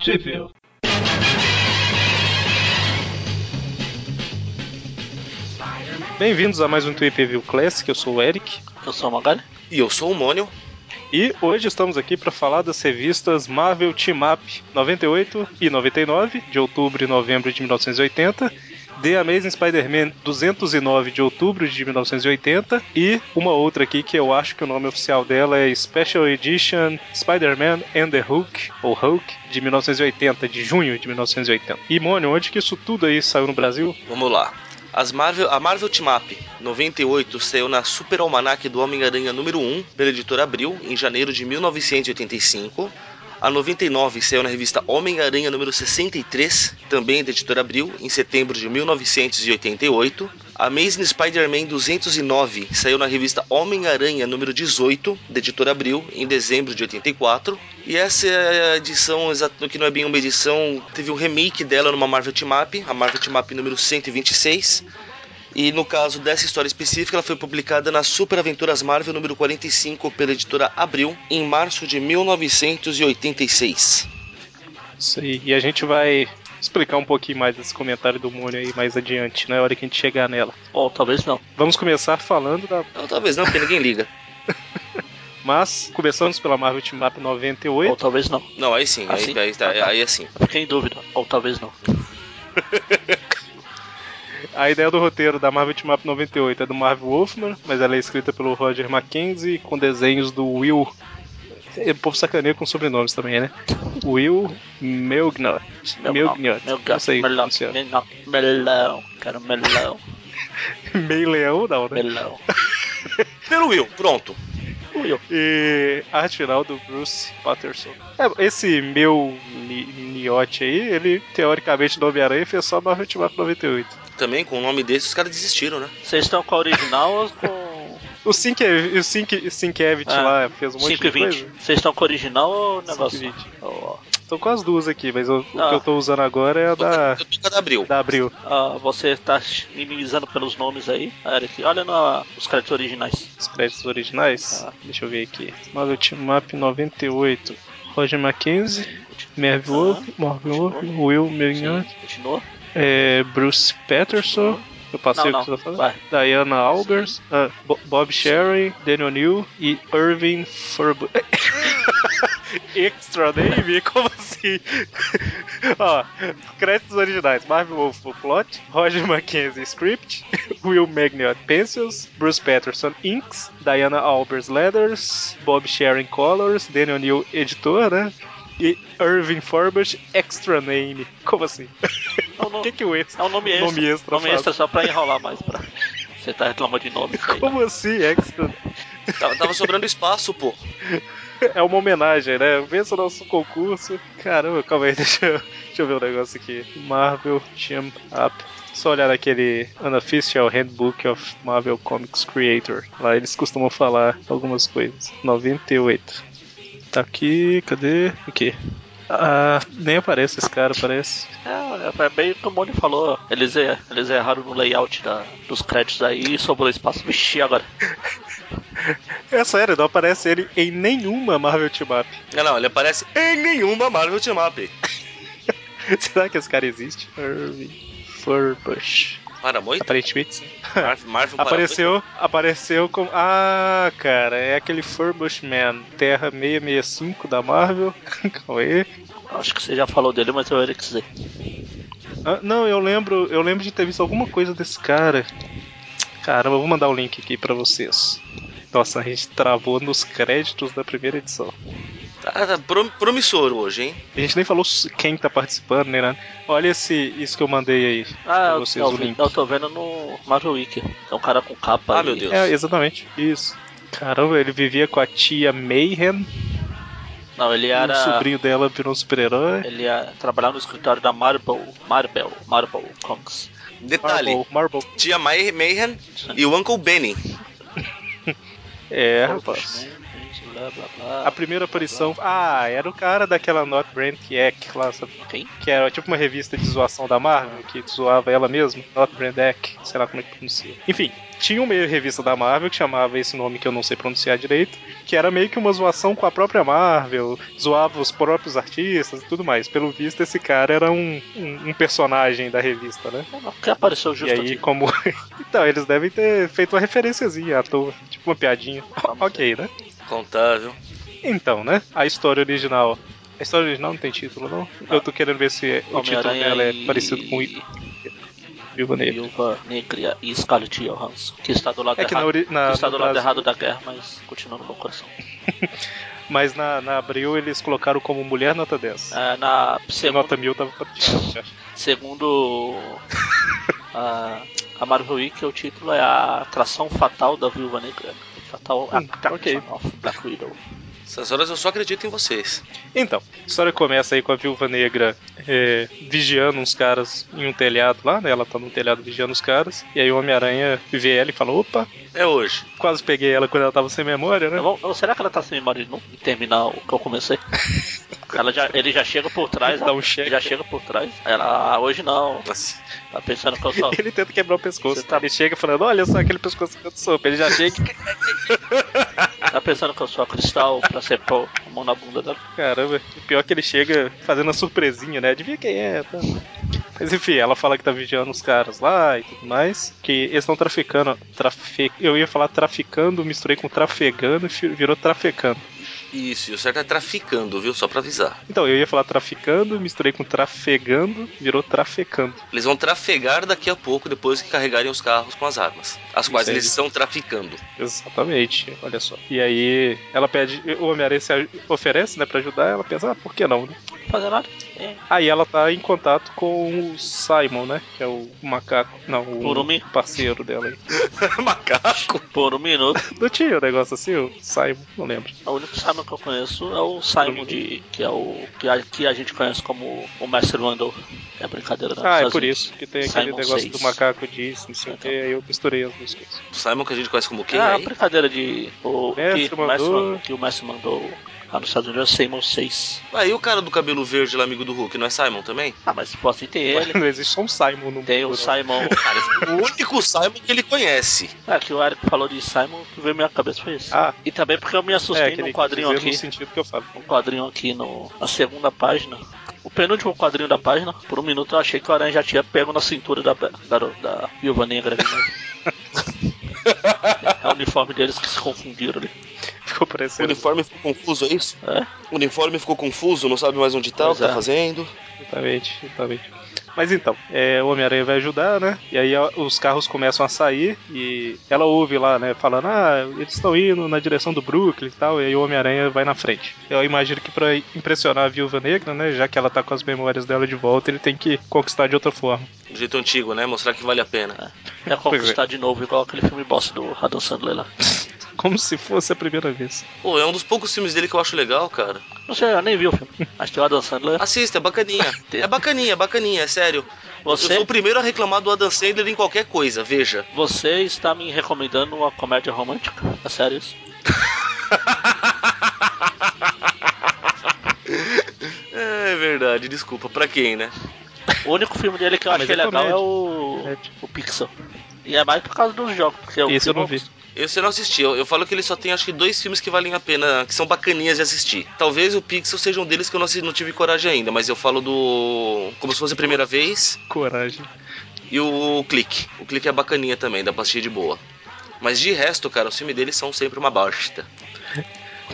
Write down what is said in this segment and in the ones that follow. Tipo. Bem-vindos a mais um Tweep View Classic, eu sou o Eric. Eu sou o Magali. E eu sou o Mônio. E hoje estamos aqui para falar das revistas Marvel Team Up 98 e 99, de outubro e novembro de 1980, The Amazing Spider-Man 209 de outubro de 1980 e uma outra aqui que eu acho que o nome oficial dela é Special Edition Spider-Man and the Hulk, ou Hulk, de 1980, de junho de 1980. E Mônio, onde que isso tudo aí saiu no Brasil? Vamos lá. As Marvel, a Marvel Team Up 98 saiu na Super Almanac do Homem-Aranha número 1, pela editora Abril, em janeiro de 1985. A 99 saiu na revista Homem-Aranha número 63, também da editora Abril, em setembro de 1988. A Amazing Spider-Man 209 saiu na revista Homem-Aranha número 18, da editora Abril, em dezembro de 84. E essa é a edição, exato que não é bem uma edição, teve um remake dela numa Marvel Team Up, a Marvel Team Up número 126. E no caso dessa história específica, ela foi publicada na Super Aventuras Marvel número 45 pela editora Abril em março de 1986. Isso aí. E a gente vai explicar um pouquinho mais desse comentário do Mônio aí mais adiante, na hora que a gente chegar nela. Ou talvez não. Vamos começar falando da. Não, Então, talvez não, porque ninguém liga. Mas começamos pela Marvel Team Up 98. Ou talvez não. Não, aí sim, aí, Assim? aí, tá, Ah, tá. aí assim. Eu Fiquei em dúvida. Ou talvez não. A ideia do roteiro da Marvel Team Up 98 é do Marvel Wolfman, mas ela é escrita pelo Roger Mackenzie com desenhos do Will. é, O povo sacaneia com sobrenomes também, né? Will Melgnut. Melgnut. Meu Não gato. sei Melão. pronunciar. Melão. Melão. Quero melão. Meio leão, não, né? Melão. Pelo Will, pronto. Will. E arte final do Bruce Patterson. É, esse meu Niote aí, ele teoricamente do Homem-Aranha fez só Marvel Team Up 98. Também com o nome desse, os caras desistiram, né? Vocês estão com a original ou com. O Sienkiewicz, o Sienk- Sienkiewicz Ah, lá fez um monte 5 de e 20? coisa. Vocês estão com a original ou o negócio? 5,20. Ó, Tô com as duas aqui, mas o, o Ah. que eu tô usando agora é a da, Eu tô com a da Abril. da Abril. ah, você está minimizando pelos nomes aí, Eric. Olha na- os créditos originais. os créditos originais. Tá. Deixa eu ver aqui. Marvel Team Map 98. Roger Mackenzie, Merv Tá. Wolf, Morgan Wolf, Will Mignon, Continua? é, Bruce Patterson. Eu passei Não, o que não, você tá falando. vai. Diana Albers, ah, Bo- Bob Sherry, Daniel New e Irving Furbo. Extra name? Como assim? Ó, créditos originais: Marvel Wolf o Plot, Roger Mackenzie Script, Will Magniot Pencils, Bruce Patterson Inks, Diana Albers Letters, Bob Sharon Colors, Daniel New Editor, né? E Irving Forbush Extra Name. Como assim? Não, não. O que, que o extra? É um nome extra. Nome extra, Nome fala. extra só pra enrolar mais. Pra... Você tá reclamando de nome. isso aí. Como assim, extra? Tava, tava sobrando espaço, pô. É uma homenagem, né? Pensa no nosso concurso. Caramba, calma aí, deixa eu, deixa eu ver um negócio aqui. Marvel Team Up. Só olhar aquele Unofficial Handbook of Marvel Comics Creator. Lá eles costumam falar algumas coisas. 98. Tá aqui, cadê? Aqui. Ah, nem aparece esse cara, parece. É, é bem o que o Mônio falou. Eles, er- eles erraram no layout da- dos créditos aí e sobrou espaço. Vixi, agora. É sério, não aparece ele em nenhuma Marvel Team Up. Não, não, ele aparece em nenhuma Marvel Team Up. Será que esse cara existe? Irving Furbush. Para muito? Aparentemente sim. Marvel, Marvel para Apareceu, apareceu como. Ah, cara, é aquele Furbush Man, Terra 665 da Marvel. Calma aí. Acho que você já falou dele, mas eu era que dizer. Ah, não, eu lembro, eu lembro de ter visto alguma coisa desse cara. Caramba, eu vou mandar o link aqui pra vocês. Nossa, a gente travou nos créditos da primeira edição. muito. Tá, tá prom- promissor hoje, hein? A gente nem falou s- quem tá participando, né? nada. Olha esse, isso que eu mandei aí Ah, pra eu, vocês, eu é o vi- link. eu tô vendo no Marvel Wiki. É um cara com capa. Ah, e- meu Deus. É, exatamente, isso. Caramba, ele vivia com a tia Mayhem, Não, ele e o era. Um sobrinho dela virou um super-herói. Ele ia trabalhar no escritório da Marvel. Marvel. Marvel Comics. Detalhe, Marble, Marble. tinha May Mayhem e o Uncle Benny. É, Pô, rapaz. né? blá blá blá. A primeira aparição. Ah, era o cara daquela Not Brand Ek lá, sabe? Quem? Que era tipo uma revista de zoação da Marvel, que zoava ela mesma. Not Brand Ek, sei lá como é que pronuncia. Enfim, tinha uma revista da Marvel que chamava esse nome que eu não sei pronunciar direito, que era meio que uma zoação com a própria Marvel, zoava os próprios artistas e tudo mais. Pelo visto, esse cara era um, um, um personagem da revista, né? é, Não, Quem apareceu E justo aí, aqui? como. então, eles devem ter feito uma referenciazinha à toa, tipo uma piadinha. ok, né? Contável. Então, né? A história original. A história original não tem título, não? Eu tô querendo ver se o título Homem-Aranha dela e- é parecido com o Viúva Negra. Viúva Negra e Scarlett Johansson, que está do lado É que na errado, ori- na- que está no do lado Brasil- errado da guerra, mas continuando no meu coração. Mas na, na Abril eles colocaram como mulher nota 10. É, na E segunda, nota mil tava prateada. segundo a, a Marvel Week, o título é a atração fatal da Viúva Negra. Fatal Attraction Hum, ok. of Black Widow. Essas horas eu só acredito em vocês. Então, a história começa aí com a viúva negra é, vigiando uns caras em um telhado lá, né? Ela tá no telhado vigiando os caras. E aí o Homem-Aranha vê ela e fala: opa, É hoje. quase peguei ela quando ela tava sem memória, né? Vamos- será que ela tá sem memória de não terminar o que eu comecei? Ela já, ele já chega por trás, Dá um cheque. né? já chega por trás. Ela, ah, hoje não, Nossa. tá pensando que eu sou. Ele tenta quebrar o pescoço. Você tá- Ele chega falando: olha só aquele pescoço que eu sopa. Ele já chega. Tá pensando que eu sou a cristal pra ser pô, a mão na bunda dela. Caramba, e pior que ele chega fazendo a surpresinha, né? Adivinha quem é? tá? Mas enfim, ela fala que tá vigiando os caras lá e tudo mais. Que eles estão traficando. Trafe... Eu ia falar traficando, misturei com trafegando e fi- virou traficando. Isso, e o certo é traficando, viu? Só pra avisar. Então, eu ia falar traficando, misturei com trafegando, virou trafecando. Eles vão trafegar daqui a pouco, depois que carregarem os carros com as armas, as quais aí. eles estão traficando. Exatamente, olha só. E aí, ela pede. O Homem-Aranha se a- oferece, né, pra ajudar. Ela pensa, ah, por que não, né? Fazer nada? É. Aí ela tá em contato com o Simon, né? Que é o macaco. Não, o Kurumi. parceiro dela aí. Macaco! um Por um minuto, Não tinha um negócio assim, o Simon, não lembro. o único Simon que eu conheço é o Simon de. que é o. que a, que a gente conhece como o Mestre Wandel. É brincadeira, né? Ah, é Sozinho. por isso que tem aquele Simon negócio seis. do macaco disso, não sei o Então. que, aí eu misturei as duas coisas. O Simon que a gente conhece como quem ah, aí? brincadeira de. O Mestre que, o mandou. mestre mandou- que o mestre mandou lá nos Estados Unidos é Simon 6. Aí o cara do cabelo verde lá, amigo do Hulk, não é Simon também? Ah, mas podem ter ele, Não existe só um Simon no tem o mundo, Simon. Cara, o único Simon que ele conhece. Ah, assim. que o Eric falou de Simon, que veio à minha cabeça foi isso. Ah. E também porque eu me não. É, assustei aquele num um quadrinho dizer aqui. no sentido que eu falo. um quadrinho aqui no, na segunda página. O penúltimo quadrinho da página, por um minuto eu achei que o Aranha já tinha pego na cintura da, da, da Viúva Negra. ali, né? é o uniforme deles que se confundiram ali. Ficou O parecendo uniforme ficou confuso, é isso? É? O uniforme ficou confuso, não sabe mais onde tá, o Pois que tá é. fazendo. Exatamente, exatamente. Mas então, é, o Homem-Aranha vai ajudar, né? E aí ó, os carros começam a sair e ela ouve lá, né? Falando, ah, eles estão indo na direção do Brooklyn e tal, e aí o Homem-Aranha vai na frente. Eu imagino que pra impressionar a Viúva Negra, né? Já que ela tá com as memórias dela de volta, ele tem que conquistar de outra forma. Do jeito antigo, né? Mostrar que vale a pena. É conquistar de novo, igual aquele filme bosta do Adam Sandler lá. Como se fosse a primeira vez. Pô, é um dos poucos filmes dele que eu acho legal, cara. Não sei, eu nem vi o filme. Mas tem o Adam Ah, Sandler. Assista, é bacaninha. É bacaninha, é bacaninha, é sério. Eu sou Você, o primeiro a reclamar do Adam Sandler em qualquer coisa, veja. você está me recomendando uma comédia romântica? É sério isso? É verdade, desculpa. Pra quem, né? O único filme dele que eu Ah, mas achei é legal é comédia. o. Comédia. O Pixel. E é mais por causa dos jogos, porque o Isso eu filme é não um vi. Esse eu não assisti. Eu, eu falo que ele só tem acho que dois filmes que valem a pena, que são bacaninhas de assistir. Talvez o Pixel seja um deles que eu não, assi- não tive coragem ainda, mas eu falo do. Como se fosse a primeira vez. Coragem. E o Clique. O Clique é bacaninha também, dá pra assistir de boa. Mas de resto, cara, os filmes deles são sempre uma bosta.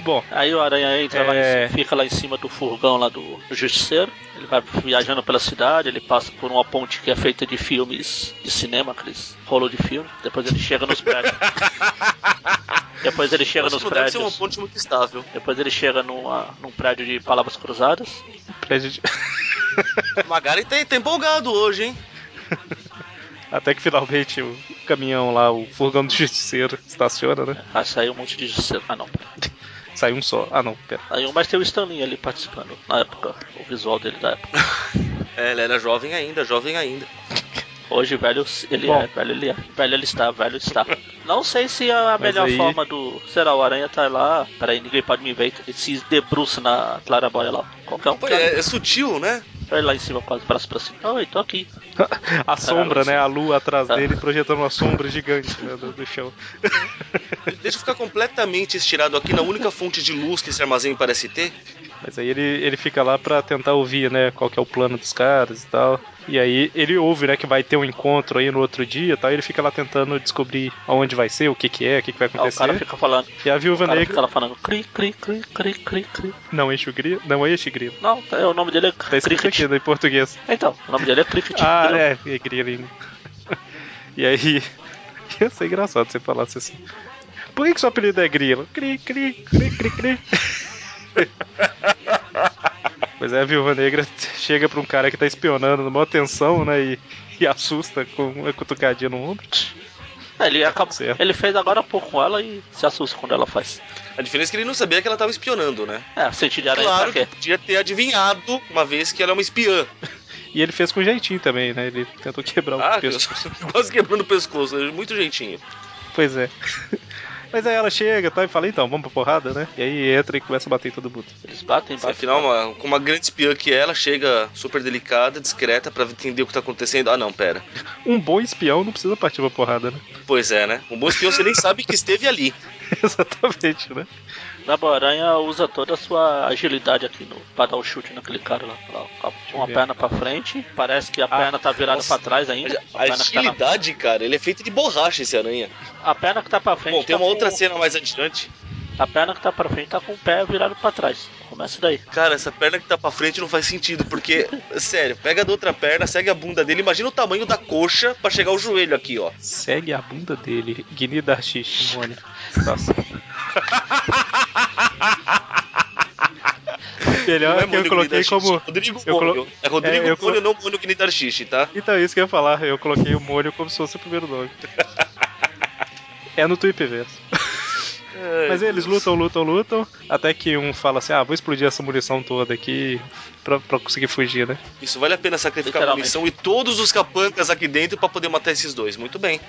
Bom, Aí o Aranha entra lá É. em, fica lá em cima do furgão lá do, do Justiceiro. Ele vai viajando pela cidade, ele passa por uma ponte que é feita de filmes de cinema, aqueles rolo de filme. Depois ele chega nos prédios. Depois ele chega Mas nos não deve ser uma prédios. ponte muito estável. Depois ele chega numa, num prédio de palavras cruzadas. prédio de- O Magari tá, tá empolgado hoje, hein? até que finalmente o caminhão lá, o furgão do justiceiro, estaciona, né? Aí sai um monte de Justiceiro. Ah, não. Sai um só. Ah, não, pera. Aí um, mas tem o Stanley ali participando na época, o visual dele da época. É, ele era jovem ainda, jovem ainda. Hoje, velho, ele Bom. é, velho, ele é. Velho, ele está, velho está. Não sei se a melhor aí- forma do. Será o Aranha tá lá. Peraí, ninguém pode me ver. Ele se debruça na claraboia lá. Qualquer um. Pô, cara. é, é sutil, né? Vai lá em cima com os braços pra cima. Oi, tô aqui. A sombra, né? A lua atrás Tá. dele projetando uma sombra gigante né, do, do chão. Deixa eu ficar completamente estirado aqui na única fonte de luz que esse armazém parece ter. Mas aí ele, ele fica lá pra tentar ouvir, né? Qual que é o plano dos caras e tal. E aí ele ouve, né? Que vai ter um encontro aí no outro dia e tal. E ele fica lá tentando descobrir aonde vai ser, o que que é, o que que vai Ah, o acontecer. cara fica falando. E a O viúva cara negra... fica lá falando. Cri, cri, cri, cri, cri, cri. Não enche o grilo? Não enche o grilo. Não, tá- o nome dele é Tá escrito Cricket. aqui né, em português. Então, o nome dele é Cricket. Ah, entendeu? é, é grilo ainda. E aí... Ia ser engraçado você falasse assim. Por que, que seu apelido é grilo? Cri, cri, cri, cri, cri. Pois é, a Viúva Negra chega pra um cara que tá espionando, numa atenção, né? E, e assusta com uma cutucadinha no ombro. Ele, acabou, Certo. ele fez agora há pouco com ela e se assusta quando ela faz. A diferença é que ele não sabia que ela tava espionando, né? É, sentido de aranha pra Claro que quê? podia ter adivinhado uma vez que ela é uma espiã. E ele fez com jeitinho também, né? Ele tentou quebrar o Ah, pescoço. quase quebrando o pescoço, né? muito jeitinho. Pois é. Mas aí ela chega tá, e fala, então, vamos pra porrada, né? E aí entra e começa a bater em todo mundo. Eles batem, Sim, Tá. batem. Afinal, uma, com uma grande espiã que é, ela chega super delicada, discreta, pra entender o que tá acontecendo. Ah, não, pera. Um bom espião não precisa partir pra porrada, né? Pois é, né? Um bom espião você nem sabe que esteve ali. Exatamente, né? Na Aranha usa toda a sua agilidade aqui no, pra dar o chute naquele cara lá. lá com uma ver. Ah, perna pra frente, parece que a perna tá virada nossa. pra trás ainda. A A perna, que tá na- agilidade, cara, ele é feito de borracha esse aranha. a perna que tá pra frente. Bom, tá tem uma com- outra cena mais adiante. A perna que tá pra frente tá com o pé virado pra trás. Começa daí. Cara, essa perna que tá pra frente não faz sentido, porque, sério, pega da outra perna, segue a bunda dele, imagina o tamanho da coxa pra chegar ao joelho aqui, ó. Segue a bunda dele, Guini da Shishimone. Nossa. Melhor que eu Mônio coloquei Gnidar Xixi, como. Rodrigo eu colo- Mônio. É Rodrigo É, eu Mônio, colo- não Mônio Gnidar Xixi, tá? Então, isso que eu ia falar, eu coloquei o Mônio como se fosse o primeiro nome. É no Twipiverso. É, Mas eles lutam, lutam, lutam, até que um fala assim: ah, vou explodir essa munição toda aqui pra, pra conseguir fugir, né? Isso vale a pena sacrificar a Literalmente. munição e todos os capangas aqui dentro pra poder matar esses dois. Muito bem.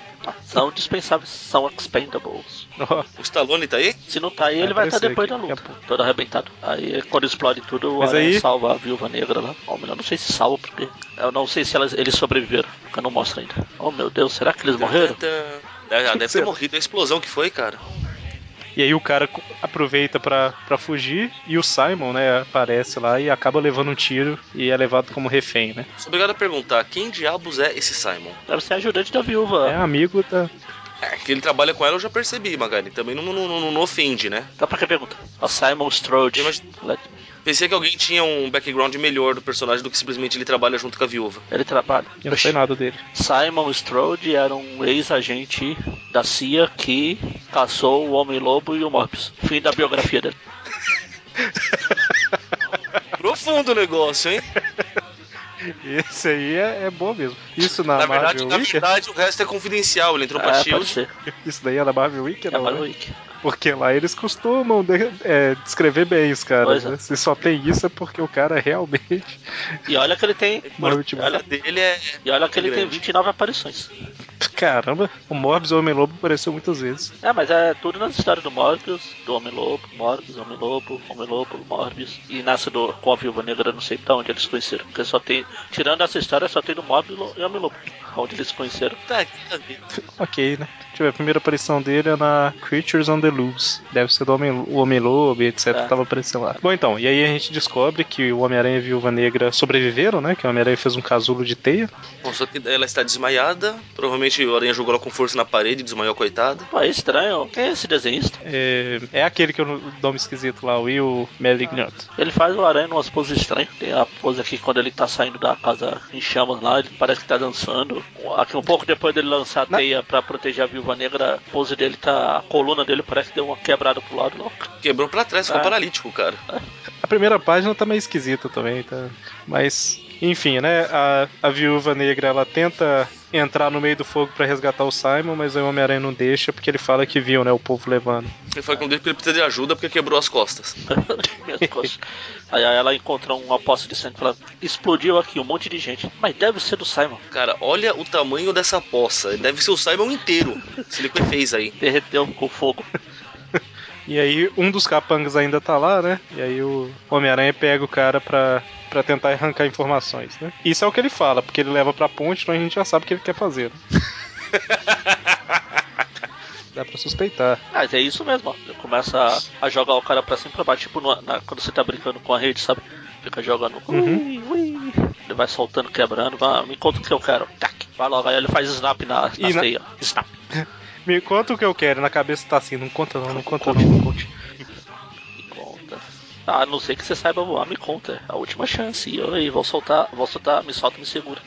São dispensáveis, são expendables. Ó, O Stallone tá aí? Se não tá aí, ele Ah, Vai vai estar aparecer depois da aqui luta, daqui a todo arrebentado. Aí quando explode tudo, o Mas Aranha aí- salva a viúva negra lá. Oh, eu não sei se salva, porque. Eu não sei se elas, eles sobreviveram, porque não mostra ainda. Oh meu Deus, será que eles morreram? Deve, ah, deve ter morrido a explosão que foi, cara. E aí o cara co- aproveita pra pra fugir e o Simon, né, aparece lá e acaba levando um tiro e é levado como refém, né? Sou obrigado a perguntar, quem diabos é esse Simon? Deve ser ajudante da viúva. É amigo da. É, que ele trabalha com ela eu já percebi, Magali. Também não, não, não- não ofende, né? Dá pra que pergunta? A Simon Strode. Eu imagino- Let- Pensei que alguém tinha um background melhor do personagem do que simplesmente ele trabalha junto com a viúva. Ele trabalha. Eu não sei nada dele. Simon Strode era um ex-agente da CIA que caçou o Homem-Lobo e o Morbius. Fim da biografia dele. Profundo o negócio, hein? Esse aí é, é bom mesmo. Isso na, na, Marvel verdade, na Week? verdade, o resto é confidencial. Ele entrou pra Tá É, pode Shield. ser. Isso daí é na Marvel Week, É não? para o né? Wiki. Porque lá eles costumam de- é, descrever bem os caras. Pois é. né? Se só tem isso é porque o cara realmente. E olha que ele tem. Mano, tipo, A dele é. E olha que ele tem Grande. 29 aparições. caramba, o Morbius e o Homem-Lobo apareceu muitas vezes. É, mas é tudo nas histórias do Morbius, do Homem-Lobo, Morbius, Homem-Lobo, Homem-Lobo, Morbius. E nessa do, com a Viúva Negra, eu não sei de onde eles se conheceram. Porque só tem, tirando essa história, só tem do Morbius e Lo- e Homem-Lobo. Onde eles se conheceram. Tá aqui, tá aqui. Ok, né? Deixa eu ver, a primeira aparição dele é na Creatures on the Loose. Deve ser do Homem- o Homem-Lobo, etc. É. Tava aparecendo lá. Bom, então, e aí a gente descobre que o Homem-Aranha e a Viúva Negra sobreviveram, né? Que o Homem-Aranha fez um casulo de teia. Bom, só que ela está desmaiada. Provavelmente o Aranha jogou ela com força na parede e desmaiou, coitada. Pô, é estranho. Quem é esse desenhista? É, é aquele que eu o nome esquisito lá, o Will Malignant. Ele faz o aranha em umas poses estranhas. Tem a pose aqui quando ele tá saindo da casa em chamas lá, ele parece que tá dançando. Aqui um pouco depois dele lançar a Na- teia pra proteger a viúva negra, a pose dele tá. A coluna dele parece que deu uma quebrada pro lado lá. Quebrou pra trás, ficou Ah. paralítico, cara. A primeira página tá meio esquisita também, tá? Mas, enfim, né? A, a Viúva Negra, ela tenta entrar no meio do fogo pra resgatar o Simon, mas aí o Homem-Aranha não deixa porque ele fala que viu, né, o povo levando. Ele fala que não deixa porque ele precisa de ajuda porque quebrou as costas. Minhas costas. Aí aí ela encontra uma poça de sangue e fala: explodiu aqui um monte de gente. Mas deve ser do Simon. Cara, olha o tamanho dessa poça. Ele Deve ser o Simon inteiro. Se ele fez aí. Derreteu com fogo. E aí um dos capangas ainda tá lá, né? E aí o Homem-Aranha pega o cara pra, pra tentar arrancar informações, né? Isso é o que ele fala, porque ele leva pra ponte, então a gente já sabe o que ele quer fazer. né? Dá pra suspeitar. Mas é isso mesmo, ó. Começa a, a jogar o cara pra cima e pra baixo, tipo numa- na- quando você tá brincando com a rede, sabe? Fica jogando. Ui, Uhum. ui. Ele vai soltando, quebrando, vai, "Ah, me conta o que eu quero. Tac. Vai logo, aí ele faz snap na, na E na- teia. Snap. Me conta o que eu quero, na cabeça tá assim, não conta não, não conta Conte, não. conte. Me conta. Ah, a não sei que você saiba voar, me conta. É A última chance. E eu aí, vou soltar, vou soltar, me solta, me segura.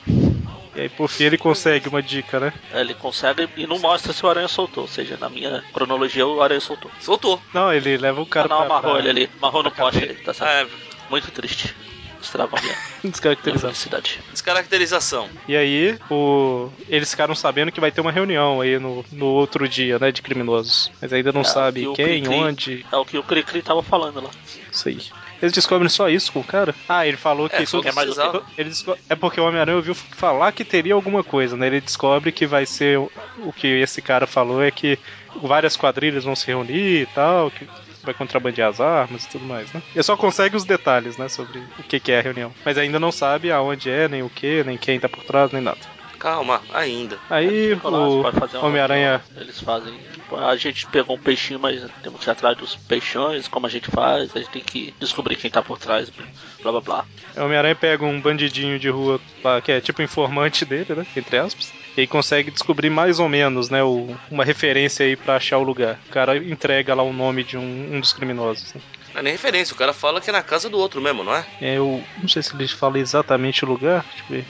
E aí por fim ele consegue uma dica, né? Aí Ele consegue e não mostra se o aranha soltou. Ou seja, na minha cronologia, o aranha soltou. Soltou. Não, ele leva o cara ah, não, pra, amarrou pra ele ali. Amarrou no pra poste cadeia. ali, tá certo? É, Muito triste. Estrava a minha, minha descaracterizar. felicidade. descaracterização. E aí, o... eles ficaram sabendo que vai ter uma reunião aí no, no outro dia, né, de criminosos. Mas ainda não É, sabe e o quem, Cricri. onde, É o que o Cricri tava falando lá. isso aí. Eles descobrem só isso com o cara? Ah, ele falou que... É, só tudo- que é mais tudo- ele desco- é porque o Homem-Aranha ouviu falar que teria alguma coisa, né? Ele descobre que vai ser... o- O que esse cara falou é que várias quadrilhas vão se reunir e tal, que vai contrabandear as armas e tudo mais, né? Ele só consegue os detalhes, né, sobre o que que é a reunião. Mas ainda não sabe aonde é, nem o que, nem quem tá por trás, nem nada. Calma, ainda. Aí Ficou lá, você pode fazer o uma- Homem-Aranha. Eles fazem. A gente pegou um peixinho, mas temos que ir atrás dos peixões, como a gente faz, a gente tem que descobrir quem tá por trás, blá blá blá. O Homem-Aranha pega um bandidinho de rua lá, que é tipo informante dele, né? Entre aspas. E aí consegue descobrir mais ou menos, né? o- uma referência aí pra achar o lugar. O cara entrega lá o nome de um, um dos criminosos. Né? Não é nem referência. O cara fala que é na casa do outro mesmo, não é? Eu não sei se ele fala exatamente o lugar. Deixa eu ver.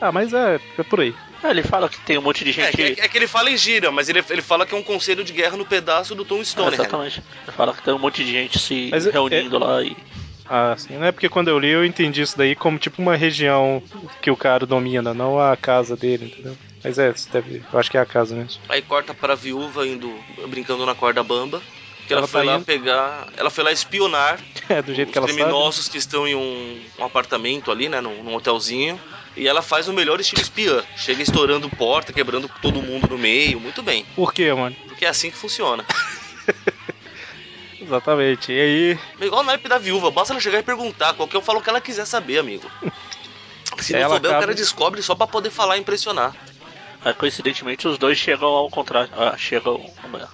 Ah, mas é, é por aí. Ah, Ele fala que tem um monte de É, gente. que- é, que- é que ele fala em gíria, mas ele, ele fala que é um conselho de guerra no pedaço do Tom Ah, Stone. exatamente. Ele fala que tem um monte de gente se Mas é- reunindo lá e. Ah, sim. Não é porque quando eu li eu entendi isso daí como tipo uma região que o cara domina, não a casa dele, entendeu? Mas é, você deve, eu acho que é a casa mesmo. Aí corta pra viúva indo brincando na corda bamba. Que ela, Ela foi tá lá indo. pegar. Ela foi lá espionar É, do jeito os que ela sabe. criminosos que estão em um, um apartamento ali, né? Num, num hotelzinho. E ela faz o melhor estilo espiã. Chega estourando porta, quebrando todo mundo no meio. Muito bem. Por quê, mano? Porque é assim que funciona. Exatamente. E aí, É Igual o naipe da viúva, basta ela chegar e perguntar. Qualquer um fala o que ela quiser saber, amigo. Se não Ela souber, o acaba- cara descobre só pra poder falar e impressionar. Aí, ah, coincidentemente, os dois chegam ao contrário. ah, chegam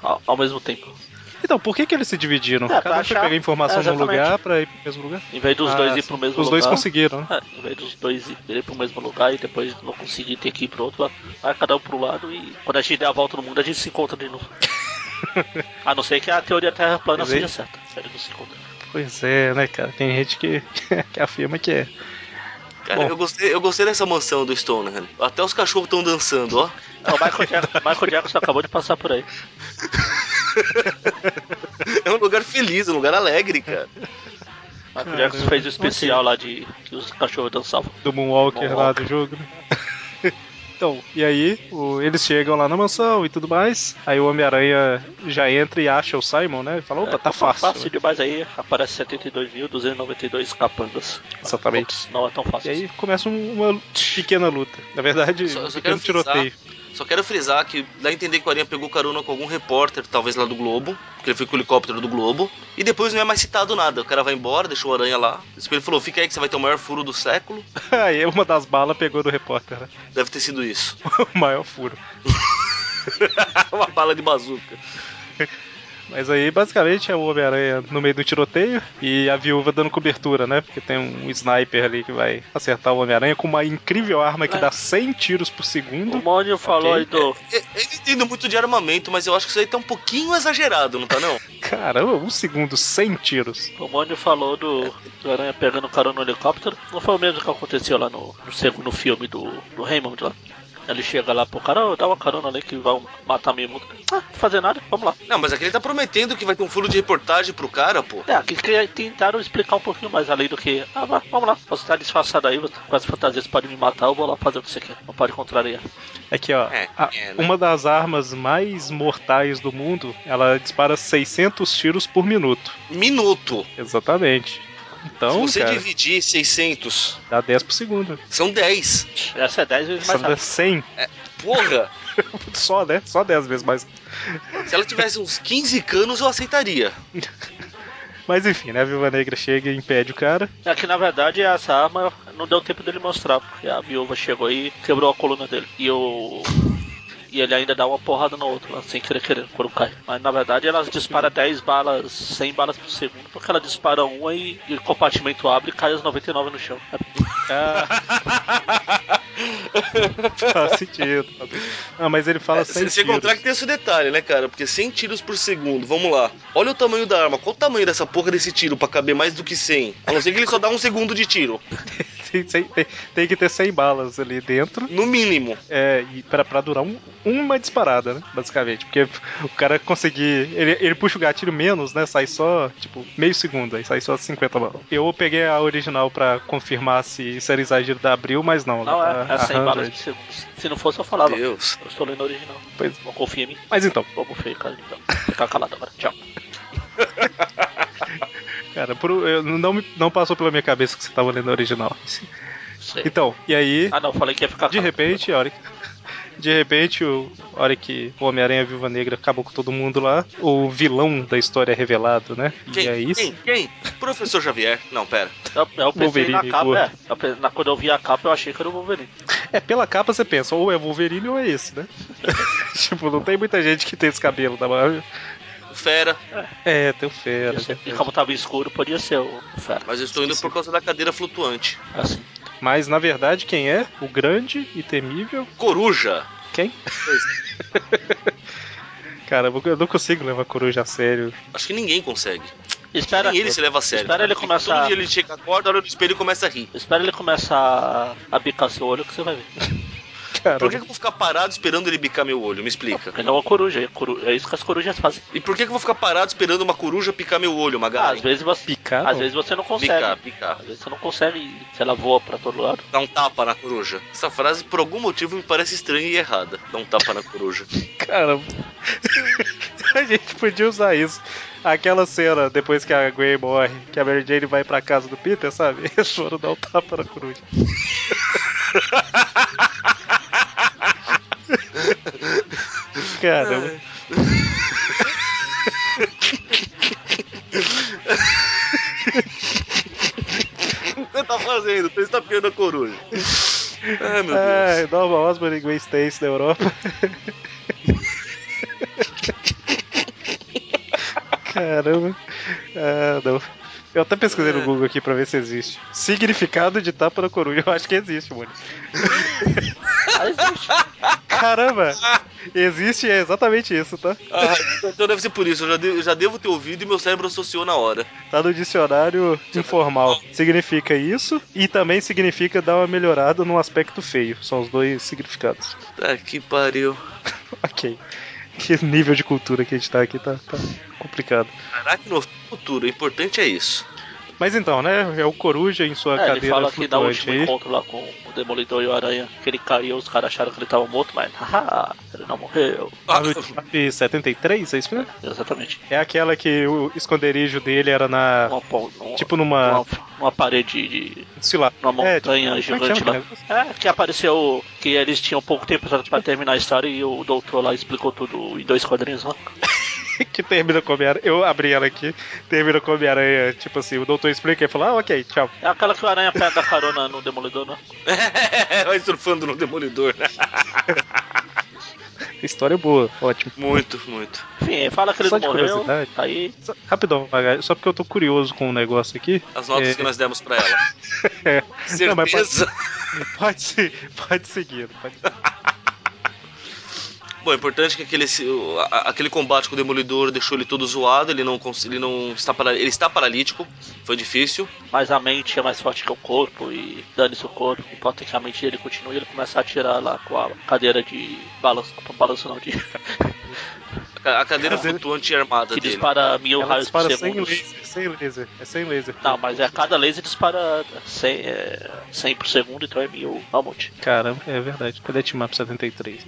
ao, ao mesmo tempo. Então, por que, que eles se dividiram? É, Cada pra um foi achar- pegar informação é, num exatamente. lugar pra ir pro mesmo lugar? Em vez dos Ah, dois ir pro mesmo Os lugar. dois conseguiram, né? É, em vez dos dois irem pro mesmo lugar e depois não conseguir ter que ir pro outro lado, vai cada um pro lado e quando a gente der a volta no mundo a gente se encontra de novo. a não ser que a teoria terra plana Mas aí- seja certa. Eles não se encontram. Pois é, né, cara? Tem gente que, que afirma que é. Cara, Bom. eu gostei, eu gostei dessa mansão do Stonehan. Até os cachorros estão dançando, ó. Não, o Michael, Jack- Michael Jackson acabou de passar por aí. É um lugar feliz, um lugar alegre, cara. Michael Caramba. assim? Jackson fez o especial lá de que os cachorros dançavam. Do Moonwalker lá Moonwalker. do jogo, né? Então, e aí, o- eles chegam lá na mansão e tudo mais. Aí o Homem-Aranha já entra e acha o Simon, né? E fala: opa, É, tá fácil. Fácil demais aí, aparece 72.292 capangas. Exatamente. Não é tão E fácil. aí começa um- uma pequena luta. Na verdade, Só- um só pequeno quero frisar- tiroteio. Só quero frisar que dá a entender que o Aranha pegou carona com algum repórter, talvez lá do Globo, porque ele foi com o helicóptero do Globo, e depois não é mais citado nada. O cara vai embora, deixou o Aranha lá. Ele falou: fica aí que você vai ter o maior furo do século. aí uma das balas pegou do repórter, né? Deve ter sido isso. O maior furo. Uma bala de bazuca. Mas aí, basicamente, é o Homem-Aranha no meio do tiroteio e a viúva dando cobertura, né? Porque tem um sniper ali que vai acertar o Homem-Aranha com uma incrível arma que dá 100 tiros por assim. O segundo. Mônio falou Ok. aí do. Eu, É, eu não entendo muito de armamento, mas eu acho que isso aí tá um pouquinho exagerado, não tá não? Caramba, um segundo, 100 tiros. O Mônio falou do, do Aranha pegando o cara no helicóptero. Não foi o mesmo que aconteceu lá no, no segundo filme do, do Raymond lá. É, Ele chega lá pro cara, "Ô, dá uma carona ali que vão matar minha mulher. Ah, não fazer nada, vamos lá. Não, mas aqui ele tá prometendo que vai ter um furo de reportagem pro cara, pô. É, aqui que tentaram explicar um pouquinho mais além do que. Ah, vá, vamos lá, você tá disfarçado aí, você- com as fantasias, você pode me matar, eu vou lá fazer o que você quer. Não pode contrariar. Aqui, ó. É, a- é, né? Uma das armas mais mortais do mundo, ela dispara 600 tiros por minuto. Minuto. Exatamente. Então, Se você cara, dividir 600, dá 10 por segundo. são 10. Essa é 10 vezes Só mais dá rápida. 100. Porra! Só, né? Só 10 vezes mais. Se ela tivesse uns 15 canos, eu aceitaria. Mas enfim, né? A Viúva Negra chega e impede o cara. É que na verdade essa arma não deu tempo dele mostrar, porque a viúva chegou aí e quebrou a coluna dele. E o. E ele ainda dá uma porrada no outro, lá, sem querer querer, quando cai. Mas na verdade ela dispara 10 balas, 100 balas por segundo, porque ela dispara uma e, e o compartimento abre e cai as 99 no chão. É, Faz sentido. Ah, mas ele É, fala 100 Sem tiros. sem contar que tem esse detalhe, né, cara? Porque 100 tiros por segundo, vamos lá. Olha o tamanho da arma. Qual o tamanho dessa porra desse tiro pra caber mais do que 100? A não ser que ele só dá um segundo de tiro. Tem, tem- tem- tem que ter 100 balas ali dentro No mínimo. é, e pra, pra durar um- uma disparada, né? Basicamente. Porque o cara conseguir. Ele, ele puxa o gatilho menos, né? Sai só, tipo, meio segundo, aí sai só 50 balas. Eu peguei a original pra confirmar se isso era exagero da Abril, mas não. Não, ela é, tá é 100 100 balas por segundo. Se não fosse, eu falava. Eu Deus. estou lendo a original. Pois- Não confia em mim. Mas então, Vamos feio, cara. Então, fica calado agora. Tchau. cara, por- eu- não, me- não passou pela minha cabeça que você tava lendo a original. Sei. Então, e aí. Ah, não, falei que ia ficar De calado. repente, a hora que... De repente, o... a hora que o Homem-Aranha e a Viúva Negra acabou com todo mundo lá, o vilão da história é revelado, né? Quem? E é isso. Quem? Quem? Professor Xavier. Não, pera. Eu, eu pensei Wolverine, na capa, boa. é. Eu pe- na, quando eu vi a capa, eu achei que era o Wolverine. É, pela capa você pensa, ou é Wolverine ou é esse, né? tipo, não tem muita gente que tem esse cabelo da Marvel. O Fera. É, tem o Fera. Podia ser- tem E o- como tava escuro, podia ser o Fera. Mas eu estou indo por causa da cadeira flutuante. Assim. Mas, na verdade, quem é? O grande e temível... Coruja. Quem? é. Cara, eu não consigo levar a coruja a sério. Acho que ninguém consegue. Espera, Nem ele se leva a sério. Espera ele Porque começar- Todo dia ele chega, acorda, olha no espelho e começa a rir. espera ele começar a, a bicar seu olho que você vai ver. Cara, Por que, que eu vou ficar parado esperando ele bicar meu olho? Me explica. Ele é uma coruja, é, coru- é isso que as corujas fazem. E por que, que eu vou ficar parado esperando uma coruja picar meu olho, Ah, às Magali? vezes você. picar, Às não? vezes você não consegue. picar, picar. Às vezes você não consegue, se ela voa pra todo lado. Dá um tapa na coruja. Essa frase, por algum motivo, me parece estranha e errada. Dá um tapa na coruja. Cara, a gente podia usar isso. Aquela cena depois que a Gwen morre, que a Mary Jane vai pra casa do Peter, sabe? Eles foram dar um tapa na coruja. Cara, é O que você tá fazendo? Você está piando a coruja. É. Ai, meu Deus. ai, É, Nova Osborne e Gwen Stacy na Europa. Caramba. Ah, não. Eu até pesquisei É. no Google aqui pra ver se existe. Significado de tapa na coruja. Eu acho que existe, mano. Ah, existe. Caramba! Existe é exatamente isso, tá? Ah, então deve ser por isso. Eu já, de- eu já devo ter ouvido e meu cérebro associou na hora. Tá no dicionário informal. Significa isso e também significa dar uma melhorada num aspecto feio. São os dois significados. Tá que pariu. Ok. Que nível de cultura que a gente tá aqui tá, tá complicado. Caraca, no futuro. O importante é isso. Mas então, né? É o coruja em sua É, ele cadeira fala que no flutuante é último aí. encontro lá com o Demolidor e o Aranha, que ele caiu, os caras acharam que ele tava morto, mas haha, ele não morreu. Ah, no Ultimate 73, é isso mesmo? Exatamente. É aquela que o esconderijo dele era na. Uma, pon- uma- Tipo numa. uma, uma parede de, Sei lá. Uma É, montanha tipo, como é que gigante chama lá. aquele negócio? É, que apareceu que eles tinham pouco tempo pra- pra terminar a história e o doutor lá explicou tudo em dois quadrinhos né? lá. que termina com Homem-Aranha. Eu abri ela aqui, termina com Homem-Aranha. Tipo assim, o doutor explica e fala: Ah, ok, tchau. É aquela que o Aranha pega a carona no Demolidor, né? Vai surfando no demolidor. né? História é boa, ótimo. Muito, muito. Enfim, ele fala que ele Só não de morreu, curiosidade. aí Só- rapidão, Magalhães, só porque eu tô curioso com um negócio aqui. As notas É. que nós demos pra ela. É. Não, mas Certeza. pode, pode, se- pode seguir, pode seguir. Bom, o importante é que aquele, se- o- a- aquele combate com o Demolidor deixou ele todo zoado, ele não, cons- ele não está, para, ele está paralítico, foi difícil. Mas a mente é mais forte que o corpo e dane-se o corpo. Importa que a mente dele continue e ele começa a atirar lá com a cadeira de balanço, balanço não, de, A ca- A cadeira Cara, flutuante armada que dele. dispara mil Ela raios dispara por sem segundo. laser, sem laser. É sem laser. Não, mas é cada laser dispara 100, é, 100 por segundo, então é mil. Não, um monte. Caramba, é verdade. Cadê Timap 73?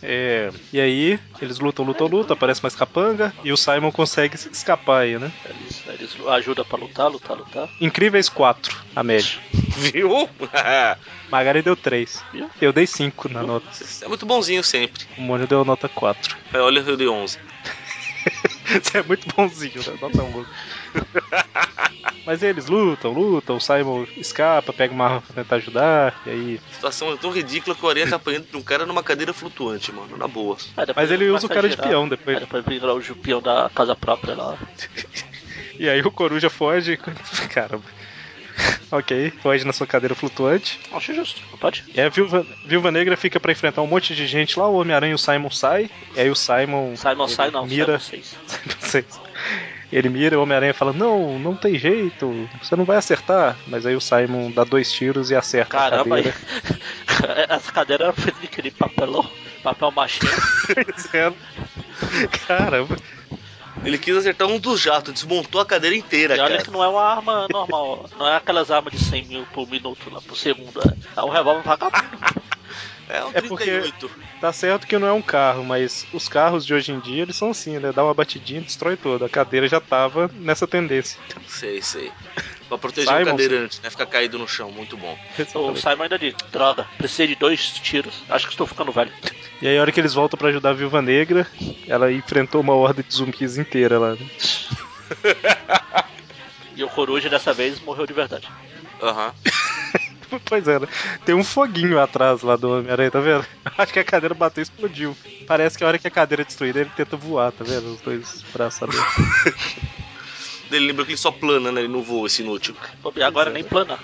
É, e aí, eles lutam, lutam, lutam, aparece mais capanga e o Simon consegue se escapar aí, né? Eles, eles ajudam pra lutar, lutar, lutar. Incríveis 4, a média. Viu? Magari deu 3. Viu? Eu dei 5 na nota. Você é muito bonzinho sempre. O Mônio deu nota 4. É, Olha, eu dei 11. Você é muito bonzinho, né? Nota 1. Mas eles lutam, lutam, o Simon escapa, pega uma arma pra tentar ajudar, e aí. Situação tão ridícula que o Aranha tá apanhando de um cara numa cadeira flutuante, mano. Na boa. Aí É, depois Mas ele usa começa o a cara de girar. peão Aí depois. né? depois vira o peão da casa própria lá. E aí o coruja foge. Caramba. Ok, foge na sua cadeira flutuante. Acho justo, não pode? E aí a Viúva, Viúva Negra fica pra enfrentar um monte de gente lá, o Homem-Aranha e o Simon sai. E aí o Simon. Simon ele sai não, Mira. Simon seis. Vocês- Ele mira, o Homem-Aranha fala: Não, não tem jeito, você não vai acertar. Mas aí o Simon dá dois tiros e acerta Caramba, a aí. cadeira. essa cadeira era feita daquele papelão, papel machê. Pois é. Caramba. Ele quis acertar um dos jatos, desmontou a cadeira inteira, E olha cara. que não é uma arma normal, não é aquelas armas de 100 mil por minuto lá, por segundo. É, é um revólver vagabundo. É um É porque- 38. Tá certo que não é um carro, mas os carros de hoje em dia eles são assim, né? Dá uma batidinha, destrói tudo. A cadeira já tava nessa tendência. Sei, sei. Pra proteger Simon, o cadeirante, né? Ficar caído no chão, muito bom. O Simon ainda diz: droga, precisei de dois tiros, acho que estou ficando velho. E aí, a hora que eles voltam pra ajudar a Viúva Negra, ela enfrentou uma horda de zumbis inteira lá. né? E o Coruja dessa vez morreu de verdade. Aham. Pois é, né? tem um foguinho atrás lá do Homem-Aranha, tá vendo? Acho que a cadeira bateu e explodiu. Parece que a hora que a cadeira é destruída, ele tenta voar, tá vendo? Os dois braços abertos. Ele lembra que ele só plana, né? Ele não voa, esse inútil. Pô, e agora é. nem plana.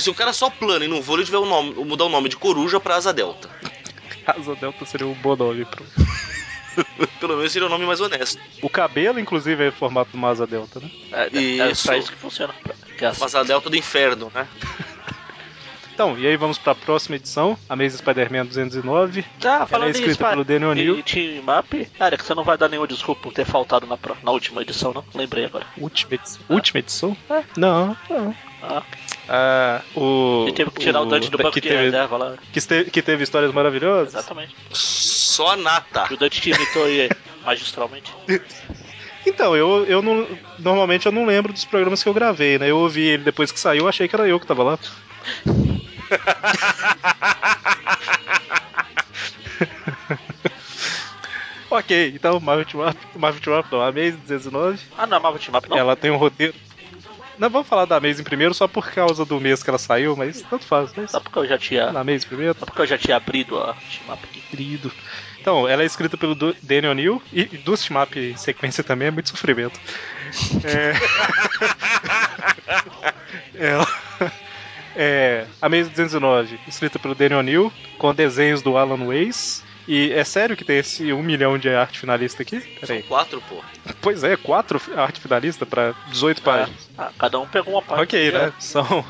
Se o cara só plana e não voa, ele tiver o nome, mudar o nome de coruja pra asa delta. Asa Delta seria um bom nome pro... Pelo menos seria o nome mais honesto. O cabelo, inclusive, é em formato de uma asa delta, né? É, é, é Isso. pra isso que funciona. pra- Que é assim. Uma asa delta do inferno, né? Então, e aí vamos pra próxima edição, a Amazing Spider-Man 209. Ah, Ela é falando escrita nisso, pelo Daniel O'Neill. e Team Map, cara, é que você não vai dar nenhuma desculpa por ter faltado na, pro- na última edição, não? Lembrei agora. Última edição? Última edição? É. Não, não. Ah, Ah, o... ele teve que tirar o Dante do da- banco que de teve, reserva lá. que teve- que teve histórias maravilhosas. Exatamente. Só a nata. E o Dante te imitou aí magistralmente. Então, eu, eu não. Normalmente eu não lembro dos programas que eu gravei, né? Eu ouvi ele depois que saiu, achei que era eu que tava lá. ok, então Marvel Team Up, Marvel Team Up não, Amazing 209. Ah, não, amava o Team Map, não. Ela tem um roteiro. Não, vamos falar da Amazing primeiro só por causa do mês que ela saiu, mas tanto faz, né? Só porque eu já tinha. Na Amazing primeiro, Só porque eu já tinha abrido a Team Map aqui. querido. Então, ela é escrita pelo Du- Daniel O'Neill e e do Steamap em sequência também é muito sofrimento. É... ela... é... A Mesa 209, escrita pelo Daniel O'Neill, com desenhos do Alan Ways. E é sério que tem esse um milhão de arte finalista aqui? São Então, Peraí. quatro, pô. Pois é, quatro arte finalista pra 18 páginas. Ah, cada um pegou uma parte. Ok, né? São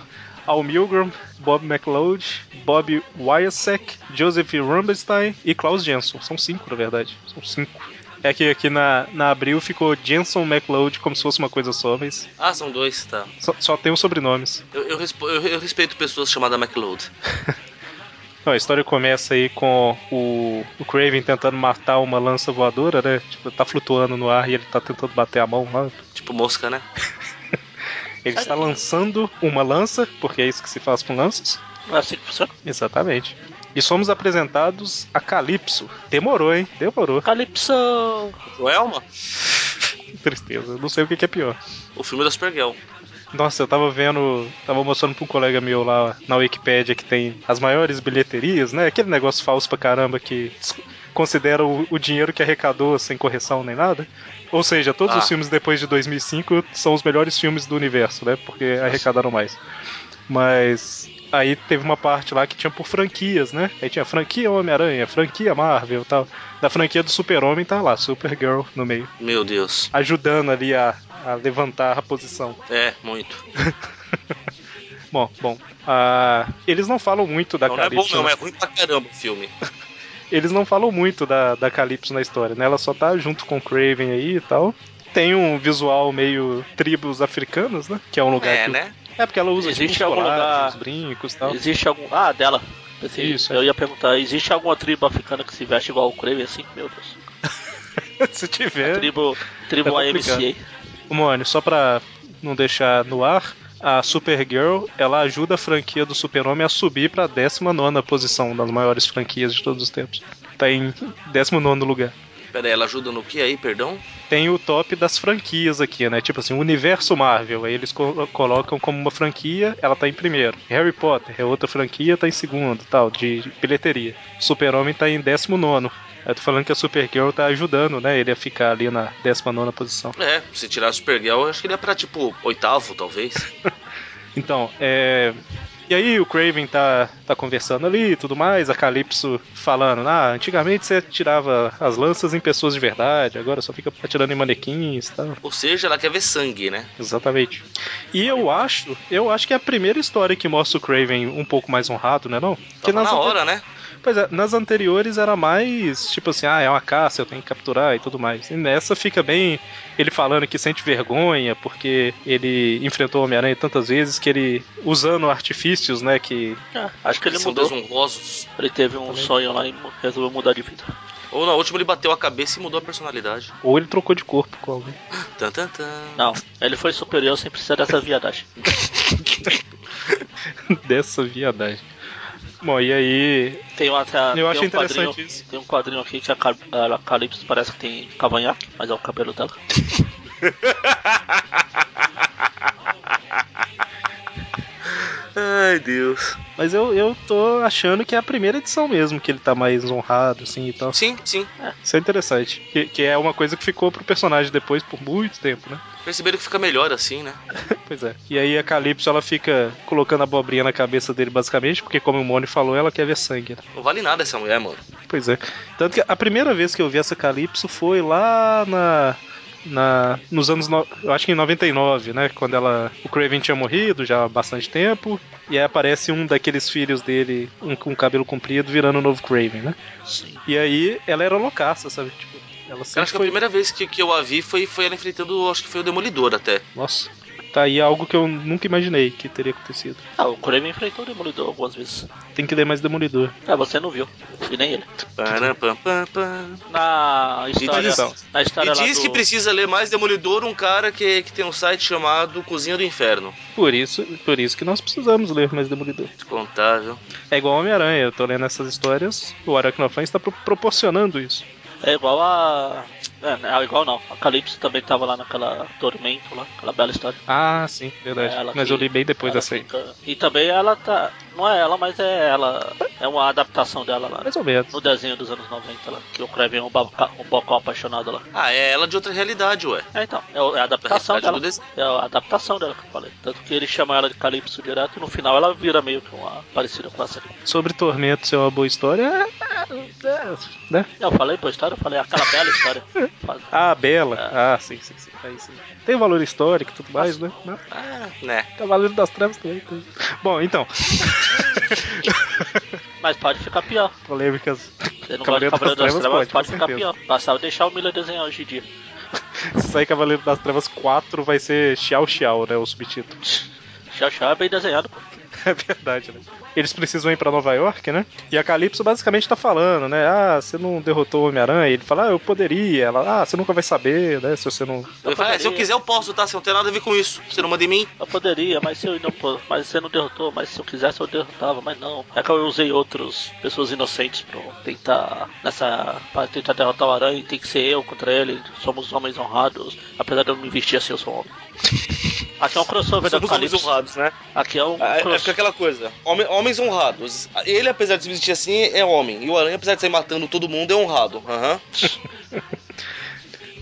Al Milgram, Bob McLeod, Bob Wyasek, Joseph Rumbestein e Klaus Jensen. São cinco, na verdade. São cinco. É que aqui na, na abril ficou Jensen McLeod como se fosse uma coisa só, mas Ah, são dois, tá. só, só tem os sobrenomes. Eu, eu respo- eu- eu respeito pessoas chamadas McLeod. Não, a história começa aí com o, o Craven tentando matar uma lança voadora, né? Tipo, tá flutuando no ar e ele tá tentando bater a mão lá. Tipo mosca, né? Ele está lançando uma lança, porque é isso que se faz com lanças. Não é assim que funciona. Exatamente. E somos apresentados a Calypso. Demorou, hein? Demorou. Calypso. O Elma? Que tristeza. Não sei o que que é pior. O filme da Supergirl. Nossa, eu tava vendo. Tava mostrando pra um colega meu lá na Wikipédia que tem as maiores bilheterias, né? Aquele negócio falso pra caramba que s- considera o, o dinheiro que arrecadou sem correção nem nada. Ou seja, todos Ah. os filmes depois de 2005 são os melhores filmes do universo, né? Porque arrecadaram mais. Mas Aí teve uma parte lá que tinha por franquias, né? Aí tinha franquia Homem-Aranha, franquia Marvel e tal. Da franquia do Super-Homem tá lá, Supergirl no meio. Meu Deus. Ajudando ali a, a levantar a posição. É, muito. Bom, bom. ah, eles não falam muito da Não, não é bom Calypso. não, né? é ruim pra caramba o filme. Eles não falam muito da, da Calypso na história, né? Ela só tá junto com o Craven aí e tal. Tem um visual meio tribos africanas, né? Que é um lugar É, que... né? É porque ela usa Existe tipo, os algum colares, lugar- os brincos e tal. Existe algum. Ah, dela. Pensei- Então. Isso, é. eu ia perguntar, existe alguma tribo africana que se veste igual o Kraven assim? Meu Deus. Se tiver... Tribo, tribo É complicado. AMCA. Mônio, só pra não deixar no ar, a Supergirl, ela ajuda a franquia do Super-Homem a subir pra 19 posição, das maiores franquias de todos os tempos. Tá em 19 lugar. Pera aí, ela ajuda no que aí, perdão? Tem o top das franquias aqui, né? Tipo assim, o universo Marvel, aí eles co- colocam como uma franquia, ela tá em primeiro. Harry Potter é outra franquia, tá em segundo, tal, de bilheteria. Super-Homem tá em 19. Eu tô falando que a Supergirl tá ajudando, né? Ele a ficar ali na 19 posição. É, se tirar a Supergirl, eu acho que ele ia pra tipo oitavo, talvez. Então, é. E aí o Craven tá, tá conversando ali e tudo mais, a Calypso falando, ah, antigamente você atirava as lanças em pessoas de verdade, agora só fica atirando em manequins e tal. Ou seja, ela quer ver sangue, né? Exatamente. E eu acho, eu acho que é a primeira história que mostra o Craven um pouco mais honrado, né não? Tava na ante- hora, né? Pois é, nas anteriores era mais tipo assim, ah, é uma caça, eu tenho que capturar e tudo mais. E nessa fica bem ele falando que sente vergonha porque ele enfrentou o Homem-Aranha tantas vezes que ele, usando artifícios, né, que É, acho que ele São mudou. desonrosos. Ele teve um sonho lá e mu- resolveu mudar de vida. Ou na última ele bateu a cabeça e mudou a personalidade. ou ele trocou de corpo com alguém. Tan, tan, tan. Não, ele foi superior sem precisar dessa viadagem. Dessa viadagem. Bom, e aí Tem uma, até- Ah, eu acho tem um interessante quadrinho, isso. Tem um quadrinho aqui que a, Cal a Calypso parece que tem cavanhaque, mas é o cabelo dela. Ai, Deus. Mas eu, eu tô achando que é a primeira edição mesmo que ele tá mais honrado, assim e tal. Sim, sim. Isso é interessante. Que, que é uma coisa que ficou pro personagem depois por muito tempo, né? Perceberam que fica melhor assim, né? Pois é. E aí a Calypso ela fica colocando a abobrinha na cabeça dele basicamente, porque como o Moni falou, ela quer ver sangue. né? Não vale nada essa mulher, mano. Pois é. Tanto que a primeira vez que eu vi essa Calypso foi lá na na nos anos no- eu acho que em 99, né, quando ela o Craven tinha morrido já há bastante tempo, e aí aparece um daqueles filhos dele, um com cabelo comprido, virando o novo Craven, né? Sim. E aí ela era loucaça, sabe? Tipo, ela Eu sempre acho que a foi primeira vez que, que eu a vi foi, foi ela enfrentando, acho que foi o Demolidor até. Nossa. Tá aí algo que eu nunca imaginei que teria acontecido. Ah, o Kraven enfrentou o Demolidor algumas vezes. Tem que ler mais Demolidor. Ah, você não viu. E nem ele. Param, pam, pam, pam. Na história. diz- Na E história lá diz do... que precisa ler mais Demolidor um cara que, que tem um site chamado Cozinha do Inferno. Por isso, por isso que nós precisamos ler mais Demolidor. Descontável. É igual Homem-Aranha, eu tô lendo essas histórias, o Aracnofan está pro- proporcionando isso. É igual a. É, não é igual não. A Calypso também tava lá naquela Tormento lá, aquela bela história. Ah, sim, verdade. É, ela Mas que- eu li bem depois Ela dessa aí. fica- E também ela tá. Não é ela, mas é ela. É uma adaptação dela lá. né? Mais ou menos. No desenho dos anos 90 lá, que o Kraven é um, babaca... um bocó apaixonado lá. Ah, é ela de outra realidade, ué. É então, é o- é a adaptação Verdade, dela. do desenho. É a adaptação dela que eu falei. Tanto que ele chama ela de Calypso direto e no final ela vira meio que uma parecida com essa aqui. Sobre Tormento ser uma boa história, é- é- né? Eu falei boa história, eu falei "É aquela bela história. Faz- Ah, Bela. É. Ah, sim, sim, sim. Aí sim. Tem valor histórico e tudo mais, né? Mas Ah, né. Cavaleiro das Trevas também tem. Bom, então, Mas pode ficar pior. polêmicas. Você não Cavaleiro gosta de Cavaleiro das, das Trevas, Trevas, pode, pode, com ficar certeza. pior. Passar, deixar o Miller desenhar hoje em dia. Se sair Cavaleiro das Trevas 4, vai ser Xiao Xiao, né? O subtítulo. Tchau, tchau, é bem desenhado. pô. É verdade, né? Eles precisam ir pra Nova York, né? E a Calypso basicamente tá falando, né? Ah, você não derrotou o Homem-Aranha? Ele fala, ah, eu poderia. Ela, ah, você nunca vai saber, né? Se você não. Eu Ele fala, "É, se eu poderia- quiser eu posso, tá? Você não tem nada a ver com isso. Você não manda em mim? Eu poderia, mas se eu não, po- mas você não derrotou, mas se eu quisesse eu derrotava, mas não. É que eu usei outros pessoas inocentes pra tentar nessa para tentar derrotar o aranha, e tem que ser eu contra ele. Somos homens honrados, apesar de eu não me vestir assim, eu sou homem. Aqui é um crossover da Calypso. né? Aqui é um Ah, é- é cross- porque aquela coisa. Homem- homens honrados. Ele, apesar de se vestir assim, é homem. E o Aranha, apesar de sair matando todo mundo, é honrado. Aham.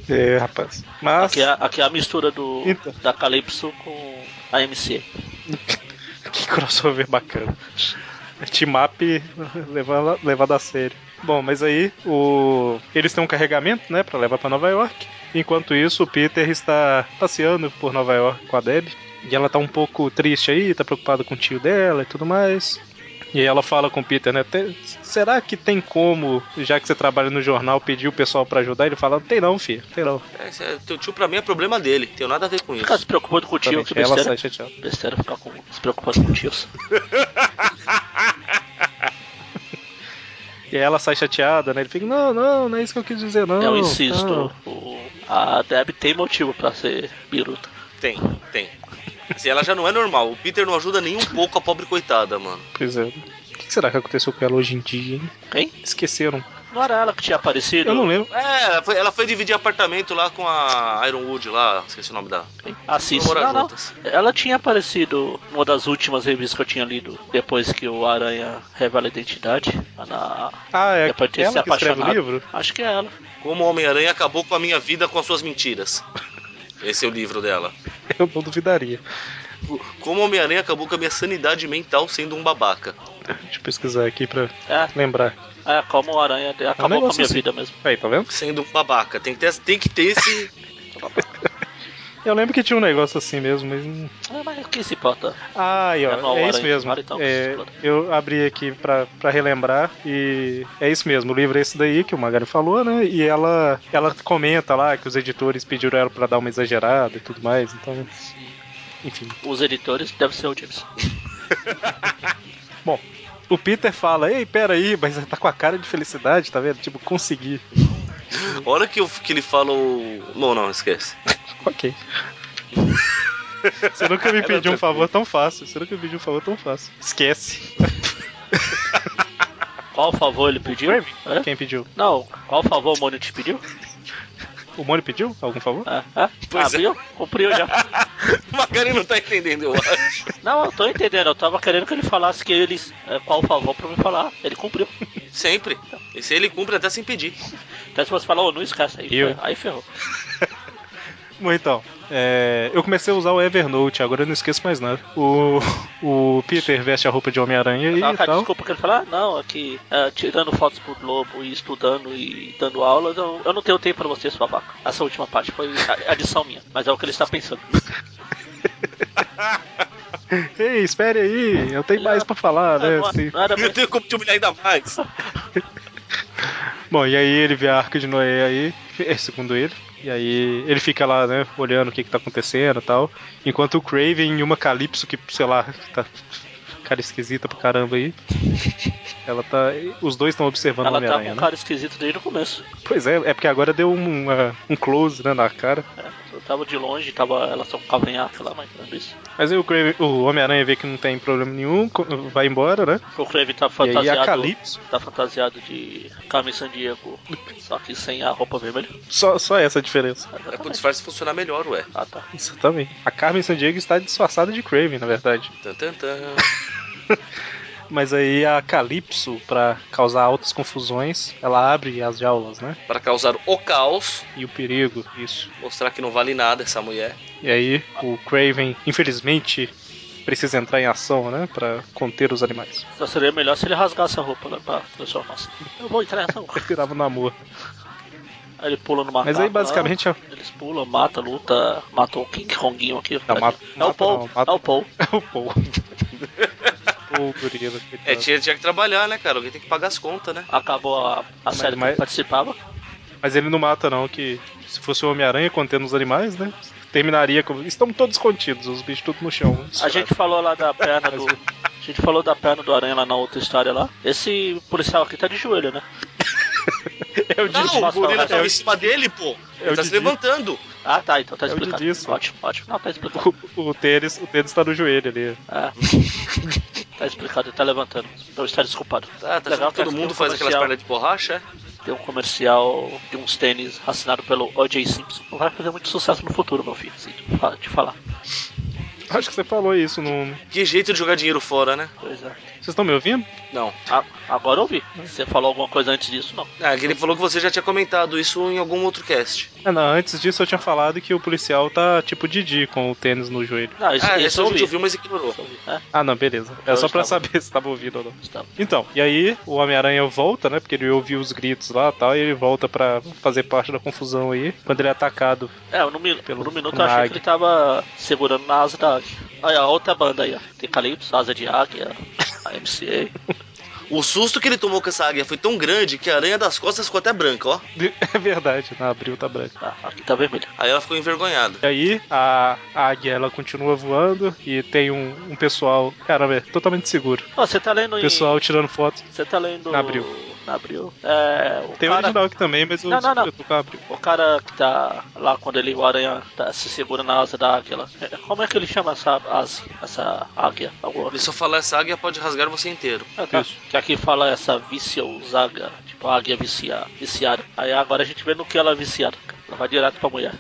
É, rapaz. Mas. aqui é, aqui é a mistura do Então. da Calypso com a MC. Que crossover bacana. Team Up levado, levado a sério. Bom, mas aí o... eles têm um carregamento, né, para levar para Nova York. Enquanto isso, o Peter está passeando por Nova York com a Deb. E ela tá um pouco triste aí, tá preocupada com o tio dela e tudo mais. E aí ela fala com o Peter, né? Será que tem como, já que você trabalha no jornal, pedir o pessoal para ajudar? Ele fala, tem não, filho, tem não. É, cê- teu tio pra mim é problema dele, tem nada a ver com Ficar isso. se preocupando com o tio, que Exatamente, Ela besteira. sai chateada. Besteira ficar com, se preocupando com tios. E aí ela sai chateada, né? Ele fica, não, não, não é isso que eu quis dizer, não. Eu um insisto, não." o- a Deb tem motivo pra ser biruta. Tem, tem. Assim, ela já não é normal, o Peter não ajuda nem um pouco a pobre coitada, mano. Pois é. O que será que aconteceu com ela hoje em dia, hein? Quem? Esqueceram. Não era ela que tinha aparecido? Eu não lembro. É, ela foi, ela foi dividir apartamento lá com a Ironwood lá, esqueci o nome da. Ah, sim, sim. Vamos morar Não, não. juntas. Ela tinha aparecido numa das últimas revistas que eu tinha lido, depois que o Aranha revela a identidade. lá Na... Ah, é depois de ter se ela que escreve o apaixonado. livro? Acho que é ela. Como o Homem-Aranha acabou com a minha vida com as suas mentiras. Esse é o livro dela. Eu não duvidaria. Como o Homem-Aranha acabou com a minha sanidade mental sendo um babaca. Deixa eu pesquisar aqui pra É, lembrar. é como o Aranha acabou com a negócio minha assim. vida mesmo. Aí, tá vendo? Sendo um babaca. Tem que ter, tem que ter esse. Eu lembro que tinha um negócio assim mesmo, mas. não- Ah, mas quem se importa? Ah, aí, ó, É uma é hora, isso hein? mesmo. Hora e tal, É, que se eu abri aqui pra, pra relembrar e é isso mesmo. O livro é esse daí que o Magari falou, né? E ela, ela comenta lá que os editores pediram ela pra dar uma exagerada e tudo mais. Então, enfim. Os editores devem ser o James. Bom, o Peter fala: Ei, peraí, mas tá com a cara de felicidade, tá vendo? Tipo, consegui. A hora que, eu, que ele fala o. Não, não, esquece. Ok. Você nunca me Era pediu um outra favor tão fácil. Você nunca me pediu um favor tão fácil. Esquece. Qual favor ele pediu? Foi mim. Hã? Quem pediu? Não, qual favor o Mônio te pediu? O Mônio pediu algum favor? Ah, ah, Pois é. abriu? Cumpriu já. O Magari não tá entendendo, eu acho. Não, eu tô entendendo. Eu tava querendo que ele falasse que eles. é, Qual favor pra me falar? Ele cumpriu. Sempre. Esse ele cumpre até sem pedir. Até Então, se você falar, ô, não esquece. Aí, Eu? ferrou. aí ferrou. Bom, então, é, eu comecei a usar o Evernote, agora eu não esqueço mais nada. O, o Peter veste a roupa de Homem-Aranha e então? Não, cara, tal. desculpa que ele falar, não, é que é, tirando fotos pro Globo e estudando e dando aulas, eu, eu não tenho tempo pra você, sua vaca. Essa última parte foi a- adição minha, mas é o que ele está pensando. Ei, espere aí, eu tenho mais pra falar, Ah, né? não, assim. não era Eu mesmo. tenho como te humilhar ainda mais. Bom, e aí ele vê a Arca de Noé aí, é, segundo ele. E aí ele fica lá, né, olhando o que que tá acontecendo e tal. Enquanto o Craven e uma Calypso, que, sei lá, tá cara esquisita pra caramba aí. Ela tá. Os dois estão observando o Ela tá com Homem-Aranha, um né? cara esquisito desde o começo. Pois é, é porque agora deu um, uma- um close né, na cara. né? Eu tava de longe, tava, ela só com cavanhaque lá, mas tudo isso. Mas aí o, Kraven- o Homem-Aranha vê que não tem problema nenhum, co- vai embora, né? O Kraven tá E aí a fantasiado. Calypso, Tá fantasiado de Carmen Sandiego, só que sem a roupa vermelha. só, só essa a diferença. É pro Exatamente. disfarce funcionar melhor, ué. Ah, tá. Isso também. A Carmen Sandiego está disfarçada de Craven, na verdade. Tan, tan, tan. Mas aí a Calypso, pra causar altas confusões, ela abre as jaulas, né? Pra causar o caos, E o perigo, isso. mostrar que não vale nada essa mulher. E aí o Craven, infelizmente, precisa entrar em ação, né? Pra conter os animais. Só Então, seria melhor se ele rasgasse a roupa né, pra transformar. Eu vou entrar nessa roupa. Virava no amor. Aí ele pula no macaco. Mas aí lá. basicamente é Eles pulam, matam, luta, matam o King Konguinho aqui. Não, mata- é o mata Paul, não, mata é o Paul. o Paul. o gorila. É, tipo- coitado. tinha, tinha que trabalhar, né, cara? Alguém tem que pagar as contas, né? Acabou a, a série que mas- ele participava. Mas ele não mata, não, que se fosse o Homem-Aranha contendo os animais, né? Terminaria com. Estão todos contidos, os bichos tudo no chão. A gente falou lá da perna do... A gente falou da perna do aranha lá na outra história lá. Esse policial aqui tá de joelho, né? é o Não, Didi. Não, o gorila é o- tava em cima dele, pô. o Ele tá se Didi. levantando. Ah, tá, então tá É o explicado. Didi, só. ótimo, ótimo. Não, tá explicado. O, o tênis, o tênis tá no joelho ali. É. tá explicado, ele tá levantando. Então está desculpado. Tá, tá Legal, achando que cara, todo tem mundo um faz aquelas comercial. pernas de borracha, é? Tem um comercial de uns tênis assinado pelo O.J. Simpson. Não vai fazer muito sucesso no futuro, meu filho. Sinto fa- te falar. Acho que você falou isso num. Que jeito de jogar dinheiro fora, né? Pois é. Vocês estão me ouvindo? Não. A- agora eu ouvi. Você falou alguma coisa antes disso? Não. Ah, ele falou que você já tinha comentado isso em algum outro cast. Ah, não, antes disso eu tinha falado que o policial tá tipo Didi com o tênis no joelho. Não, isso, Ah, é isso só eu onde vi. ouviu, mas ignorou. Isso eu vi. É, Ah, não, beleza. É Eu só pra estava. saber se tava ouvindo ou não. isso tá bom. Então, e aí o Homem-Aranha volta, né? Porque ele ouviu os gritos lá e tal, e ele volta pra fazer parte da confusão aí. Quando ele é atacado. É, no, minu- Pelo- no minuto uma eu achei águia. que ele tava segurando na asa da águia. Aí a outra banda aí, ó. Tem Calypso, Asa de Águia, a MCA. O susto que ele tomou com essa águia foi tão grande que a aranha das costas ficou até branca, ó. É verdade, na abril tá branco. Ah, aqui tá vermelho. Aí ela ficou envergonhada. E aí, a águia ela continua voando e tem um, um pessoal, caramba, é totalmente seguro. Ó, você tá lendo em... Pessoal tirando foto. Você tá lendo... Na Abril. Na Abril. É, o Tem o cara... original aqui também, mas eu Não, não, não. eu tô com a abril. O cara que tá lá quando ele, o aranha, tá, se segura na asa da águia lá. É, Como é que ele chama essa asa, essa águia? Alguma Ele só falar essa águia pode rasgar você inteiro. É, tá. Que aqui fala essa viciosaga, tipo a águia vicia, viciada. Aí agora a gente vê no que ela é viciada. Ela vai direto pra mulher.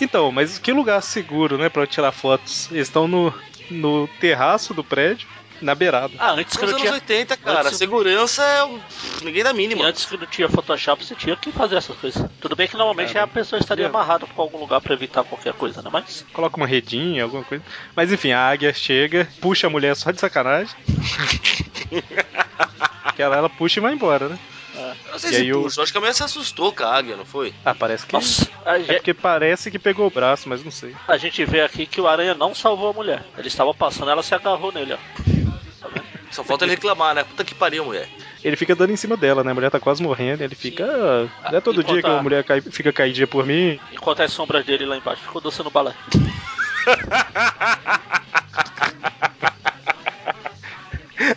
Então, mas que lugar seguro, né, pra tirar fotos? Eles estão no, no terraço do prédio, na beirada. Ah, antes que Nos não anos tinha. 80, cara, Antes- segurança é. o- Pff, Ninguém dá e mínima. antes que não tinha Photoshop, você tinha que fazer essas coisas. Tudo bem que normalmente a pessoa estaria amarrada por algum lugar pra evitar qualquer coisa, né? Mas. Coloca uma redinha, alguma coisa. Mas enfim, a águia chega, puxa a mulher só de sacanagem. que ela, ela puxa e vai embora, né? Eu não sei E aí se o- puxa, eu acho que a mulher se assustou com a águia, não foi? Ah, parece que. Nossa, a, É ge- porque parece que pegou o braço, mas não sei. a gente vê aqui que o aranha não salvou a mulher. Ele estava passando, ela se agarrou nele, ó. Tá vendo? Só falta ele reclamar, né? Puta que pariu, mulher. Ele fica dando em cima dela, né? A mulher tá quase morrendo, ele fica. "Ah, não é todo e dia que contar- a mulher cai- fica caidinha por mim. Enquanto as sombras dele lá embaixo ficou dançando balé.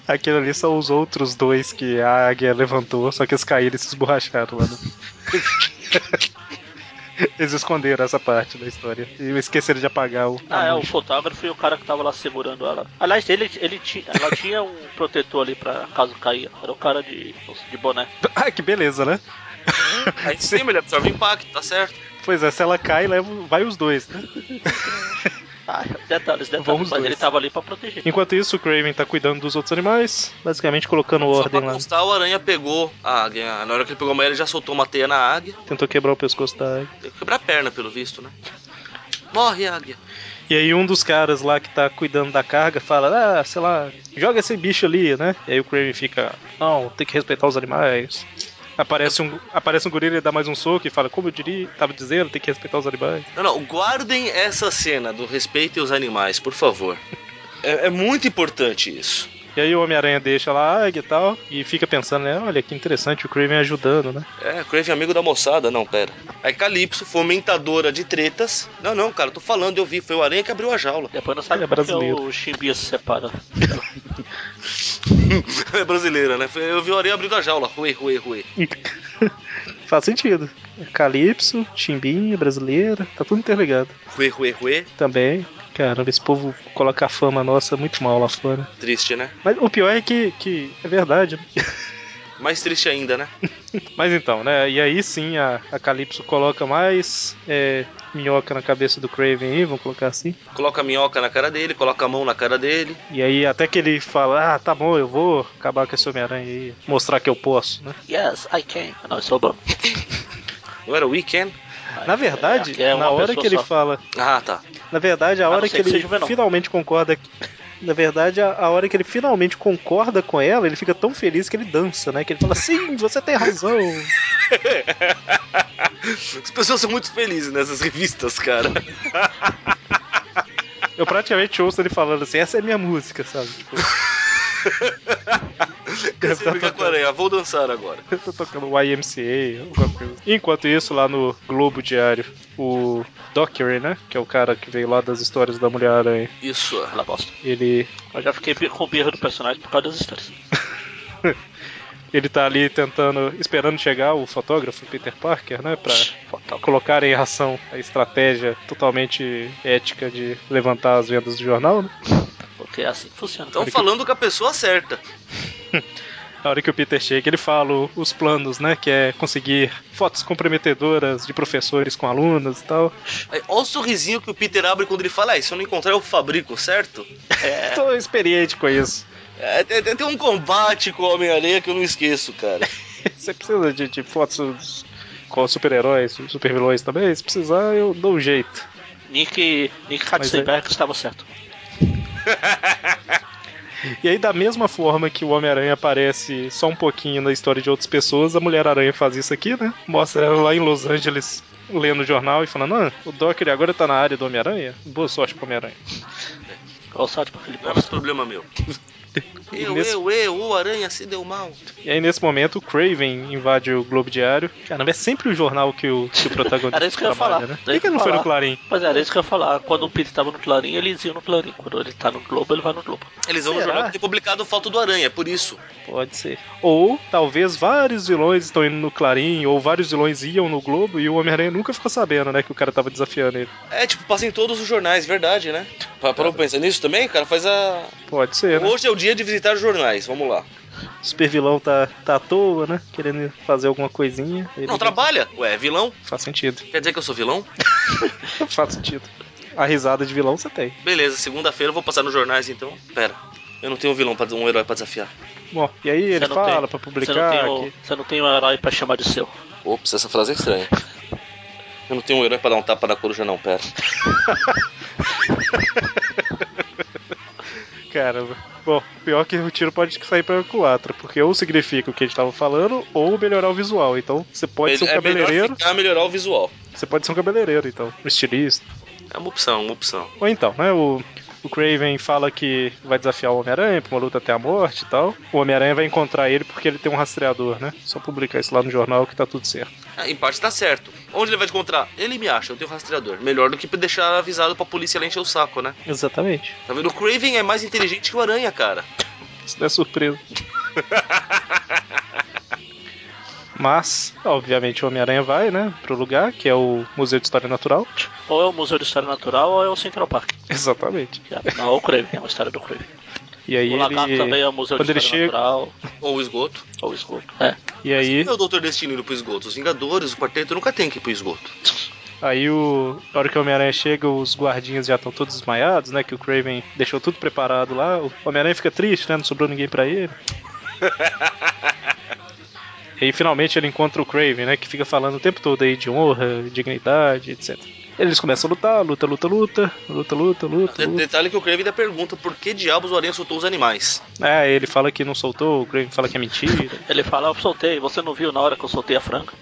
Aquilo ali são os outros dois que a águia levantou, só que eles caíram e se esborracharam lá. No... eles esconderam essa parte da história. E esqueceram de apagar o. Ah, é, a o mancha. fotógrafo e o cara que tava lá segurando ela. Aliás, ele, ele ti- ela tinha um protetor ali pra caso caia. Era o cara de, de boné. Ah, que beleza, né? Aí sim, mulher, absorve impacto, tá certo. Pois é, se ela cai, leva, vai os dois, né? Ah, detalhes, detalhes. Vamos mas dois. ele tava ali pra proteger. Enquanto isso, o Craven tá cuidando dos outros animais, basicamente colocando Só pra ordem lá. constar, o aranha pegou a águia. Na hora que ele pegou a mulher, ele já soltou uma teia na águia. Tentou quebrar o pescoço da águia. Tem que quebrar a perna, pelo visto, né? Morre, águia. E aí um dos caras lá que tá cuidando da carga fala, ah, sei lá, joga esse bicho ali, né? E aí o Kraven fica, não, tem que respeitar os animais. Aparece um, aparece um gorila e dá mais um soco e fala, como eu diria, tava dizendo, tem que respeitar os animais. Não, não, guardem essa cena do respeitem os animais, por favor. É, é muito importante isso. E aí o Homem-Aranha deixa lá a águia e tal, e fica pensando, né, olha que interessante, o Kraven ajudando, né? É, Crave amigo da moçada, não, pera. Aí Calypso, fomentadora de tretas. Não, não, cara, eu tô falando, eu vi, foi o Aranha que abriu a jaula. Depois não sabe Ele é por que brasileiro. o Chimbia se separa. é brasileira, né? Foi- Eu vi o Aranha abrindo a jaula. Rui, rui, rui. Faz sentido. Calypso, Chimbinha, brasileira, tá tudo interligado. Rui, rui, rui. Também, caramba, esse povo coloca a fama nossa muito mal lá fora. Triste, né? Mas o pior é que, que é verdade, né? Mais triste ainda, né? Mas então, né? E aí sim a, a Calypso coloca mais é, minhoca na cabeça do Craven aí, vamos colocar assim. Coloca a minhoca na cara dele, coloca a mão na cara dele. E aí até que ele fala, ah, tá bom, eu vou acabar com esse Homem-Aranha aí, mostrar que eu posso, né? Yes, I can. Não, isso é o bom. Não era o Weekend? Na verdade, É, é uma na hora pessoa que ele só. fala. Ah, tá. Na verdade, a não hora ser que, que seja um o ele Venom. finalmente concorda. que- Na verdade, a, a hora que ele finalmente concorda com ela, ele fica tão feliz que ele dança, né? Que ele fala, sim, você tem razão. As pessoas são muito felizes nessas revistas, cara. Eu praticamente ouço ele falando assim, essa é minha música, sabe? Tipo, Cansei de brincar com a aranha, vou dançar agora. Eu tô tocando YMCA, alguma coisa. Enquanto isso, lá no Globo Diário, o Dockery, né? Que é o cara que veio lá das histórias da Mulher-Aranha. Isso, é. Ela bosta. Ele, Eu já fiquei bi- com birra do personagem por causa das histórias. ele tá ali tentando, esperando chegar o fotógrafo Peter Parker, né? Pra Fatal. colocar em ação a estratégia totalmente ética de levantar as vendas do jornal, né? Então- Porque é assim que funciona. Estão falando com a pessoa certa. Na hora que o Peter chega, ele fala o- os planos, né? Que é conseguir fotos comprometedoras de professores com alunos e tal. Aí, olha o sorrisinho que o Peter abre quando ele fala: ah, se eu não encontrar, eu fabrico, certo? Tô experiente com isso. É, tem, tem- tem um combate com o Homem-Aranha que eu não esqueço, cara. Você precisa de, de fotos com super-heróis, super-vilões também? Se precisar, eu dou um jeito. Nick, Mas Nick é- Katzenberg estava certo. E aí, da mesma forma que o Homem-Aranha aparece só um pouquinho na história de outras pessoas, a Mulher-Aranha faz isso aqui, né? Mostra ela lá em Los Angeles lendo o jornal e falando: ah, o Doc ele agora tá na área do Homem-Aranha? Boa sorte pro Homem-Aranha. Qual o sorte pra aquele Não é mais bosta? problema meu. Eu, Nesse- eu, eu, o Aranha se deu mal. E aí, nesse momento, o Craven invade o Globo Diário. Caramba, é sempre o jornal que o, que o protagonista Era isso que eu ia trabalha, falar. né? Por que, Era isso que que eu não ia foi no falar. Clarim? Mas é, era isso que eu ia falar. Quando o Peter tava no Clarim, eles iam no Clarim. Quando ele tá no Globo, ele vai no Globo. Eles vão no Será? jornal ter publicado foto do Aranha, é por isso. Pode ser. Ou talvez vários vilões estão indo no Clarim, ou vários vilões iam no Globo e o Homem-Aranha nunca ficou sabendo, né? Que o cara tava desafiando ele. É, tipo, passa em todos os jornais, verdade, né? Pa- Parou pra pensar nisso também, cara? Faz a. Pode ser, né? Hoje é o dia de visitar os jornais, vamos lá. O super vilão tá, tá à toa, né? Querendo fazer alguma coisinha. Ele Não, trabalha. Ué, vilão? Faz sentido. Quer dizer que eu sou vilão? Faz sentido. A risada de vilão você tem. Beleza, segunda-feira eu vou passar nos jornais então. Pera, eu não tenho um vilão, pra, um herói pra desafiar. Bom, e aí ele não fala pra tem- Você não, publicar tem o- que. você não tem um herói pra chamar de seu. Ops, essa frase é estranha. Eu não tenho um herói pra dar um tapa na coruja, não, pera. Caramba. Bom, pior que o tiro pode sair pra culatra, porque ou significa o que a gente tava falando, ou melhorar o visual. Então, você pode ser um é melhor cabeleireiro, ficar, melhorar o visual. você pode ser um cabeleireiro, então. Um estilista. É uma opção, uma opção. Ou então, né? O, o Craven fala que vai desafiar o Homem-Aranha pra uma luta até a morte e tal. O Homem-Aranha vai encontrar ele porque ele tem um rastreador, né? Só publicar isso lá no jornal que tá tudo certo. Ah, em parte tá certo. Onde ele vai te encontrar? Ele me acha, eu tenho um rastreador. Melhor do que deixar avisado pra polícia lá encher o saco, né? Exatamente. Tá vendo? O Craven é mais inteligente que o Aranha, cara. Isso não é surpresa. Mas, obviamente, o Homem-Aranha vai, né? Pro lugar, que é o Museu de História Natural. Ou é o Museu de História Natural ou é o Central Park. Exatamente. Não, é o Craven, é uma história do Craven. E aí o Lagarto ele. também é o Museu quando de ele História chega- Natural, Ou o esgoto. ou o esgoto. É. E aí, É o Doutor Destino indo pro esgoto. Os Vingadores, o quarteto nunca tem que ir pro esgoto. aí o. Na hora que o Homem-Aranha chega, os guardinhas já estão todos desmaiados, né? Que o Craven deixou tudo preparado lá. O Homem-Aranha fica triste, né? Não sobrou ninguém pra ele. E aí finalmente ele encontra o Craven, né? Que fica falando o tempo todo aí de honra, dignidade, etc. Eles começam a lutar, luta, luta, luta, luta, luta, luta, De- luta. Detalhe que o Craven ainda pergunta por que diabos o Aranha soltou os animais. É, ele fala que não soltou, o Craven fala que é mentira. Ele fala, eu soltei, você não viu na hora que eu soltei a franga?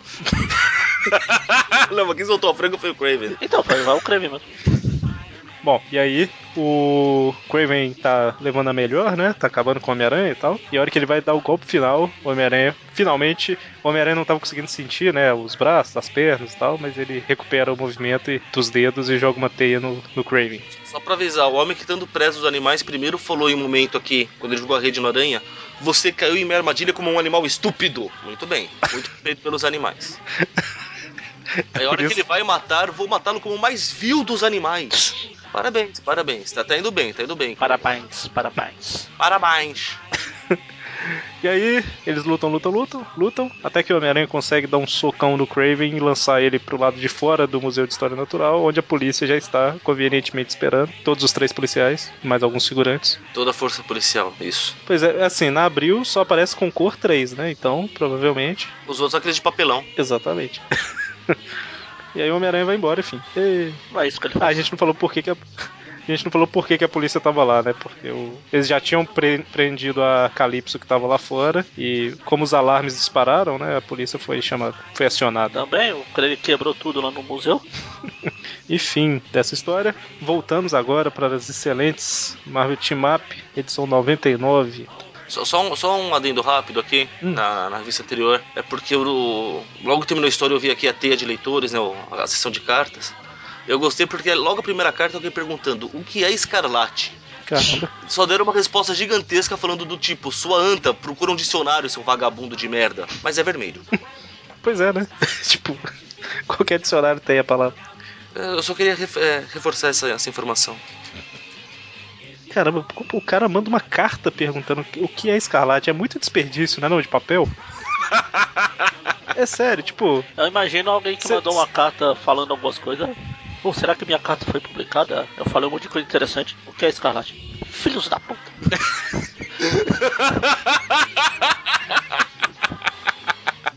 Ah, não, mas quem soltou a frango foi o Craven. Então, foi vai o Craven mesmo. Bom, e aí o Craven tá levando a melhor, né? Tá acabando com o Homem-Aranha e tal. E a hora que ele vai dar o golpe final, o Homem-Aranha finalmente. O Homem-Aranha não tava conseguindo sentir, né? Os braços, as pernas e tal, mas ele recupera o movimento e- dos dedos e joga uma teia no, no Craven. Só pra avisar, o homem que estando preso dos animais primeiro falou em um momento aqui, quando ele jogou a rede no aranha, você caiu em minha armadilha como um animal estúpido. Muito bem, muito feito pelos animais. Aí a hora que isso. ele vai matar, vou matá-lo como o mais vil dos animais. Parabéns, parabéns. Tá, tá indo bem, tá indo bem. Parabéns, parabéns. Parabéns. E aí eles lutam, lutam, lutam, lutam, até que o Homem-Aranha consegue dar um socão no Craven e lançar ele pro lado de fora do Museu de História Natural, onde a polícia já está convenientemente esperando. Todos os três policiais, mais alguns figurantes. Toda a força policial, isso. Pois é, assim, na abril só aparece com cor 3, né? Então, provavelmente. Os outros aqueles de papelão. Exatamente. e aí o Homem-Aranha vai embora, enfim. E- Não é isso que ele Ah, a faz. gente não falou por que, que a. a gente não falou por que, que a polícia tava lá, né? Porque o- eles já tinham pre- prendido a Calypso que tava lá fora. E como os alarmes dispararam, né? A polícia foi chamada, foi acionada. Também, o Craven quebrou tudo lá no museu. E fim dessa história. Voltamos agora para as excelentes Marvel Team Up, edição 99. Só, só um, só um adendo rápido aqui, Hum. na, na revista anterior. É porque eu, logo que terminou a história, eu vi aqui a teia de leitores, né, o- a sessão de cartas. Eu gostei porque logo a primeira carta alguém perguntando o que é escarlate. Caramba. Só deram uma resposta gigantesca falando do tipo, sua anta, procura um dicionário, seu vagabundo de merda. Mas é vermelho. Pois é, né? tipo, qualquer dicionário tem a palavra. É, Eu só queria ref- é, reforçar essa, essa informação. Caramba, o cara manda uma carta perguntando o que é escarlate. É muito desperdício, né? Não, de papel. É sério, tipo. Eu imagino alguém que Cê- mandou uma carta falando algumas coisas. Pô, será que minha carta foi publicada? Eu falei um monte de coisa interessante. O que é escarlate? Filhos da puta.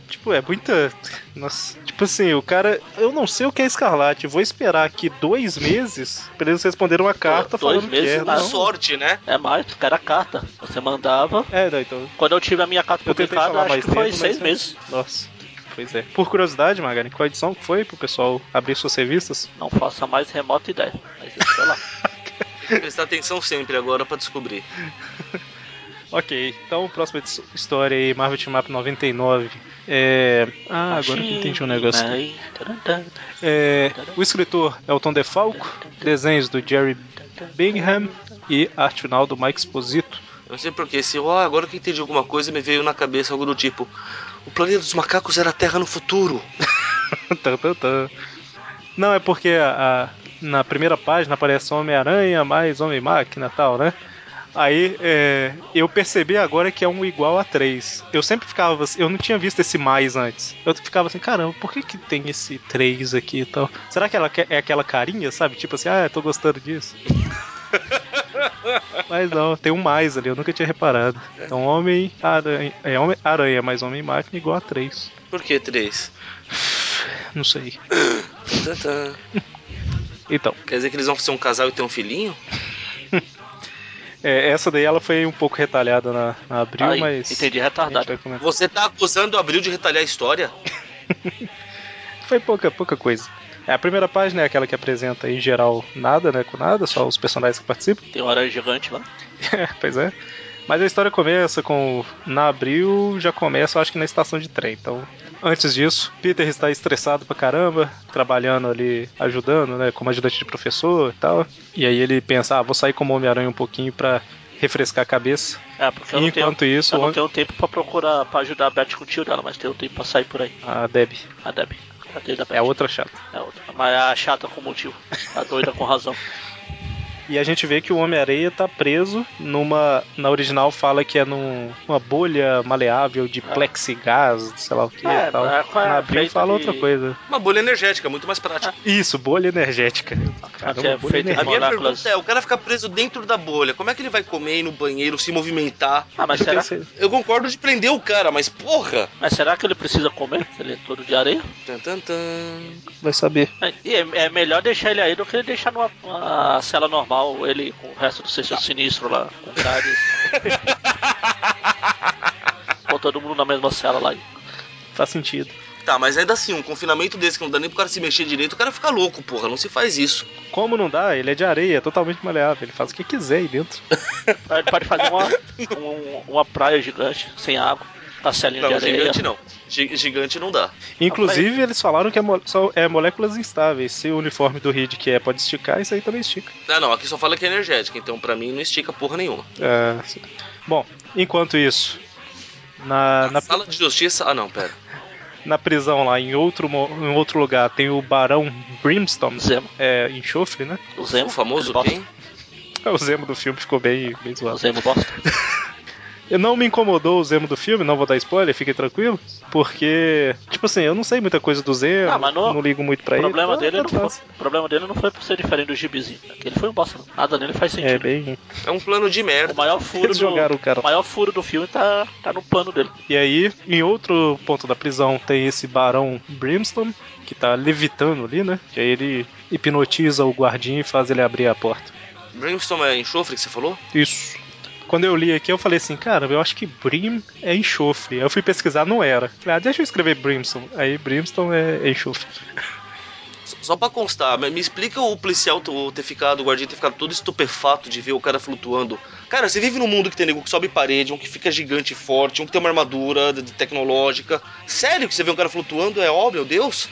Tipo, é muita. Nossa. Tipo assim, o cara. Eu não sei o que é escarlate. Vou esperar aqui dois meses pra eles responderem uma carta dois falando que meses, tá é. nada. A Não. sorte, né? É mais, que era carta. Você mandava. É, não, então. Quando eu tive a minha carta Eu tentei falar publicada, acho mais que foi tempo, seis mas- meses. Nossa. Pois é. Por curiosidade, Magari, qual edição que foi pro pessoal abrir suas revistas? Não faça mais remota ideia. Mas deixa eu lá. Prestar atenção sempre agora pra descobrir. Ok, então próxima edi- história aí, Marvel Team Up 99. É. Ah, agora que eu entendi um negócio. aqui. Aí, taran, É, o escritor Elton DeFalco, desenhos do Jerry Bingham e arte final do Mike Exposito. Eu não sei porquê, se eu, ah, agora que eu entendi alguma coisa, me veio na cabeça algo do tipo: O planeta dos macacos era a Terra no futuro. Tan, tan, tan. Não, é porque a- a- na primeira página aparece Homem-Aranha mais Homem-Máquina e tal, né? Aí é, eu percebi agora que é um igual a 3. Eu sempre ficava assim, eu não tinha visto esse mais antes. Eu ficava assim, caramba, por que, que tem esse 3 aqui e tal? Será que ela que- é aquela carinha, sabe? Tipo assim, ah, tô gostando disso. Mas não, tem um mais ali, eu nunca tinha reparado. Então Homem-Aranha, é Homem-Aranha mais Homem-Máquina igual a 3. Por que três? Não sei. Tan, tan. Então, Quer dizer que eles vão ser um casal e ter um filhinho? É, essa daí ela foi um pouco retalhada na, na abril, Aí, mas. entendi, a gente retardado. vai comentar. Você tá acusando o Abril de retalhar a história? Foi pouca, pouca coisa. É, a primeira página é aquela que apresenta em geral nada, né? Com nada, só os personagens que participam. Tem uma aranha gigante lá. É, pois é. Mas a história começa com. Na abril já começa, eu acho que na estação de trem. Então, antes disso, Peter está estressado pra caramba, trabalhando ali, ajudando, né? Como ajudante de professor e tal. E aí ele pensa, ah, vou sair como Homem-Aranha um pouquinho pra refrescar a cabeça. É, porque eu e não tenho. enquanto isso, Eu o não tenho tempo pra procurar, pra ajudar a Beth com o tio dela, mas tenho tempo pra sair por aí. a Ah, Deb A Debbie. Cadê da Beth? é a outra chata. É outra. Mas a chata com motivo. A doida com razão. E a gente vê que o Homem-Areia tá preso numa. Na original fala que é num, numa bolha maleável de plexigás, sei lá o que É, e tal. é, qual é Na a abril feita fala de- outra coisa. Uma bolha energética, muito mais prática. Isso, bolha energética. que é Caramba, bolha feita de A energética. minha Moléculas. pergunta é: o cara fica preso dentro da bolha, como é que ele vai comer, ir no banheiro, se movimentar? Ah, mas Eu será, pensei- Eu concordo de prender o cara, mas porra! mas será que ele precisa comer? Ele é todo de areia? Tan, tan, tan. Vai saber. É, E é, é melhor deixar ele aí do que deixar numa, numa cela normal, ele com o resto do sexto sinistro lá, com grades. Pô, todo mundo na mesma cela lá. Faz sentido. Tá, mas ainda assim, um confinamento desse que não dá nem pro cara se mexer direito, o cara fica louco, porra, não se faz isso. Como não dá, ele é de areia, é totalmente maleável. Ele faz o que quiser aí dentro. Aí Ele pode fazer uma, um- uma praia gigante, sem água, com a celinha de Não, é areia. gigante não. Gi- Gigante não dá. Inclusive, eles falaram que é, mo- só- é moléculas instáveis. Se o uniforme do Reed que é pode esticar, isso aí também estica. Ah, não, aqui só fala que é energética, então pra mim não estica porra nenhuma. É, sim. Bom, enquanto isso. Ah, Na, na Sala de justiça. Ah, não, pera. na prisão lá, em outro, mo- em outro lugar, tem o Barão Brimstone, Zemo, é, enxofre, né? o Zemo. O famoso aquele quem? O Zemo do filme ficou bem, bem bosta. O zoado. Zemo bosta. Eu não me incomodou o Zemo do filme, não vou dar spoiler, fiquem tranquilo, porque, tipo assim, eu não sei muita coisa do Zemo, Ah, mas não- não ligo muito pra O ele. problema, então, dele é não tanto foi, faz. o problema dele não foi por ser diferente do gibizinho. Ele foi um bosta, não. Nada nele faz É, sentido. bem... É um plano de o merda. maior furo Eles do, jogaram o cara. o maior furo do filme tá, tá no plano dele. E aí, em outro ponto da prisão, tem esse Barão Brimstone, que tá levitando ali, né? Que aí ele hipnotiza o guardinha e faz ele abrir a porta. Brimstone é enxofre que você falou? Isso. Quando eu li aqui, eu falei assim, cara, eu acho que Brim é enxofre. Aí eu fui pesquisar, não era. Falei, ah, deixa eu escrever Brimstone. Aí Brimstone é enxofre. S- Só pra constar, me me explica o policial t- o ter ficado, o guardinha ter ficado todo estupefato de ver o cara flutuando. Cara, você vive num mundo que tem nego que sobe parede, um que fica gigante e forte, um que tem uma armadura de- de tecnológica. Sério que você vê um cara flutuando? É ó, meu Deus?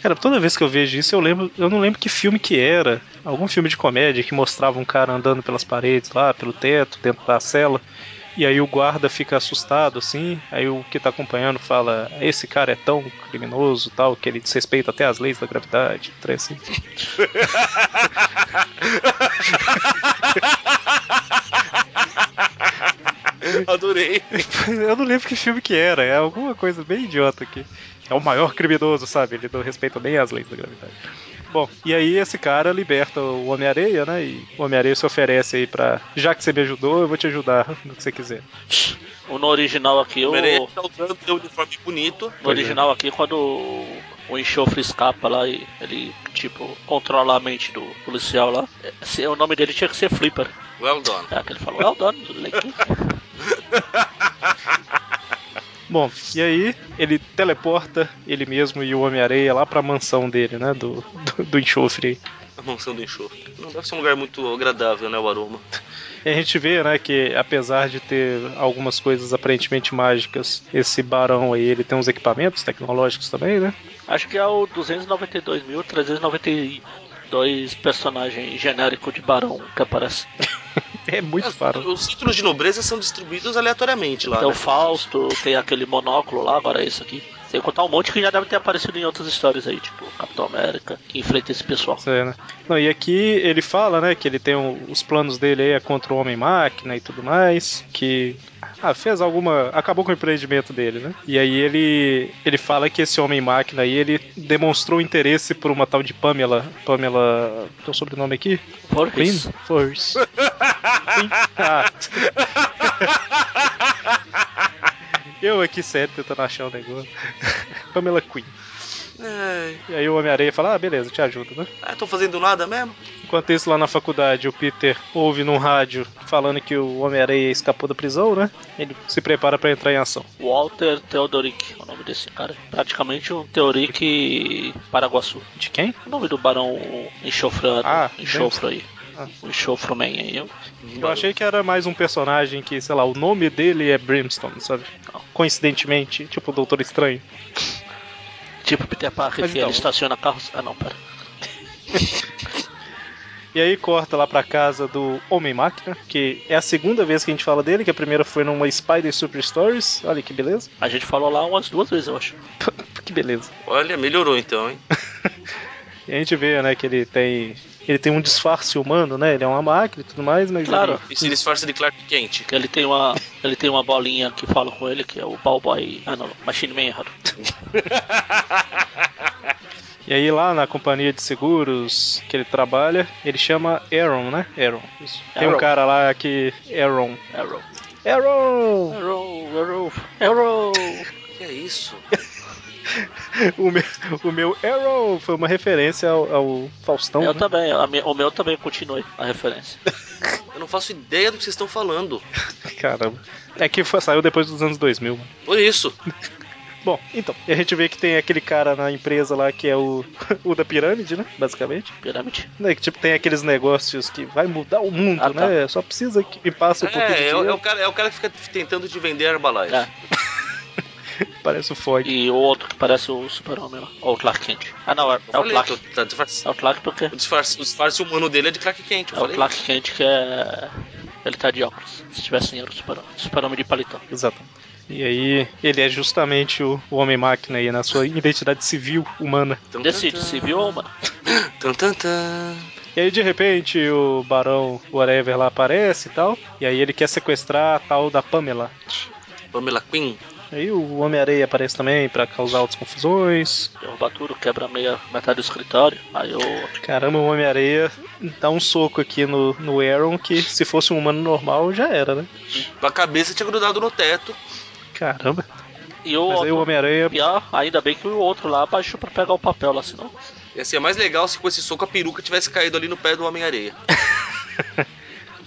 Cara, toda vez que eu vejo isso, eu lembro, eu não lembro que filme que era. Algum filme de comédia que mostrava um cara andando pelas paredes lá, pelo teto, dentro da cela. E aí o guarda fica assustado, assim. Aí o que tá acompanhando fala, esse cara é tão criminoso tal, que ele desrespeita até as leis da gravidade. Um trem assim. sei. Eu não lembro que filme que era, é alguma coisa bem idiota aqui. É o maior criminoso, sabe? Ele não respeita nem as leis da gravidade. Bom, e aí esse cara liberta o Homem-Areia, né? E o Homem-Areia se oferece aí pra. Já que você me ajudou, eu vou te ajudar no que você quiser. O no original aqui, o, Merece no tá usando teu uniforme bonito. Pois é. original aqui, quando o- o enxofre escapa lá e ele, tipo, controla a mente do policial lá, é, se- o nome dele tinha que ser Flipper. Well done. É que ele falou, é o dono do leque. Bom, e aí ele teleporta ele mesmo e o Homem-Areia lá pra mansão dele, né? Do, do, do enxofre aí. A mansão do enxofre. Não deve ser um lugar muito agradável, né, o aroma. E a gente vê, né, que apesar de ter algumas coisas aparentemente mágicas, esse barão aí, ele tem uns equipamentos tecnológicos também, né? Acho que é o 292.392 personagem genérico de Barão que aparece. É muito barão. Os títulos de nobreza são distribuídos aleatoriamente lá, Tem o né? Fausto, tem aquele monóculo lá, agora é isso aqui. Sem contar um monte que já deve ter aparecido em outras histórias aí, tipo Capitão América, que enfrenta esse pessoal. Isso aí, né? Não, e aqui ele fala, né, que ele tem o- os planos dele aí é contra o homem-máquina e tudo mais, que ah, fez alguma, acabou com o empreendimento dele, né? E aí ele ele fala que esse homem-máquina aí ele demonstrou interesse por uma tal de Pamela, Pamela, tem o sobrenome aqui? Queen? Porquês. Force. Queen? Ah. Eu aqui sério tentando achar o negócio. Pamela Queen. É. E aí o Homem-Areia fala: Ah, beleza, eu te ajudo, né? Ah, tô fazendo nada mesmo? Enquanto isso, lá na faculdade, o Peter ouve num rádio falando que o Homem-Areia escapou da prisão, né? Ele se prepara pra entrar em ação. Walter Theodoric, é o nome desse cara. Praticamente um Theodoric Paraguaçu. De quem? O nome do barão enxofrado, Ah, enxofro aí. Ah. O enxofroman aí. eu- Eu achei que era mais um personagem que, sei lá, o nome dele é Brimstone, sabe? Coincidentemente, tipo o Doutor Estranho. Tipo Peter Parker, Mas que então- ele estaciona carros... Ah não, pera. E aí corta lá pra casa do Homem-Máquina, que é a segunda vez que a gente fala dele, que a primeira foi numa Spider Super Stories. Olha que beleza. A gente falou lá umas duas vezes, eu acho. Que beleza. Olha, melhorou então, hein? E a gente vê, né, que ele tem. Ele tem um disfarce humano, né? Ele é uma máquina e tudo mais, mas. Claro. ele- E se disfarça de Clark Kent? Que ele tem uma, ele tem uma bolinha que fala com ele, que é o Ballboy. Ah não, Machine Man errado. E aí lá na companhia de seguros que ele trabalha, ele chama Aaron, né? Aaron. Isso. Tem um Aaron. cara lá que. Aaron. Arrow. Aaron! Arrow, Arrow, Arrow. Que é isso? O meu, o meu Aaron foi uma referência ao, ao Faustão. Eu né? também, a minha- o meu também continue a referência. Eu não faço ideia do que vocês estão falando. Caramba. É que foi- saiu depois dos anos 2000, mano. Por isso. Bom, então, e a gente vê que tem aquele cara na empresa lá que é o, o da pirâmide, né? Basicamente. Pirâmide. Né, Que tipo tem aqueles negócios que vai mudar o mundo, Ah, tá. né? Só precisa que passe um pouquinho de É, é, o- é dinheiro. o cara, é o cara que fica tentando te vender Herbalife. É. Parece o Ford. E o outro que parece o Super-Homem lá. Ou o Clark Kent. Ah não, é, é Eu o falei, Clark. tô- tá disfarce- É o Clark porque O disfarce, o disfarce humano dele é de Clark Kent. Eu é o falei. Clark Kent que é. Ele tá de óculos. Se tivesse dinheiro, o Super-Homem. Super-Homem de paletó. Exato. E aí, ele é justamente o, o Homem-Máquina aí, na sua identidade civil humana. Tan, Decide, tan, se viu ou mano? tan, tan, tan. E aí, de repente, o Barão Whatever lá aparece e tal. E aí, ele quer sequestrar a tal da Pamela. Pamela Queen. Aí, o Homem-Areia aparece também pra causar altas confusões. Derruba tudo, quebra meia metade do escritório. Aí o. Caramba, o Homem-Areia dá um soco aqui no, no Aaron que se fosse um humano normal já era, né? A cabeça tinha grudado no teto. Caramba. E o Mas aí o é outro. Homem-Areia. Pior, ainda bem que o outro lá abaixou pra pegar o papel lá, senão. Ia ser mais legal se com esse soco a peruca tivesse caído ali no pé do Homem-Areia.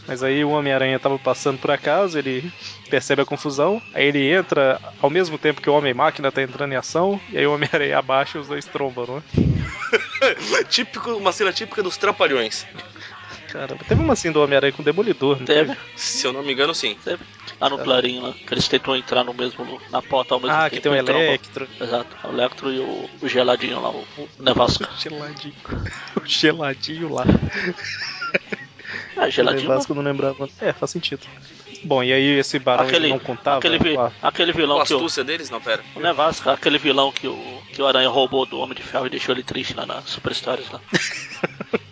Mas aí o Homem-Aranha tava passando por acaso, ele percebe a confusão, aí ele entra ao mesmo tempo que o Homem-Máquina tá entrando em ação, e aí o Homem-Aranha abaixa e os dois trombam, né? Típico, uma cena típica dos Trapalhões. Caramba, teve uma assim do Homem-Aranha com o Demolidor, não Teve. Se eu não me engano, sim. Lá no clarinho lá, que eles tentam entrar no mesmo lu- na porta ao mesmo É. Ah, tempo. que tem o e trombam. Electro. Exato, o Electro e o, o geladinho lá, o, o Nevasca. Geladinho. o geladinho lá. É, geladinho. Vasco não lembrava. É, faz sentido. Bom, e aí esse né? barão ele Aquele, não contava? Ah, aquele, vi- É, com a- aquele Com a vilão que o, astúcia deles, não, pera. o Nevasca, aquele vilão que o, que o Aranha roubou do Homem de Ferro e deixou ele triste lá na Super Stories lá.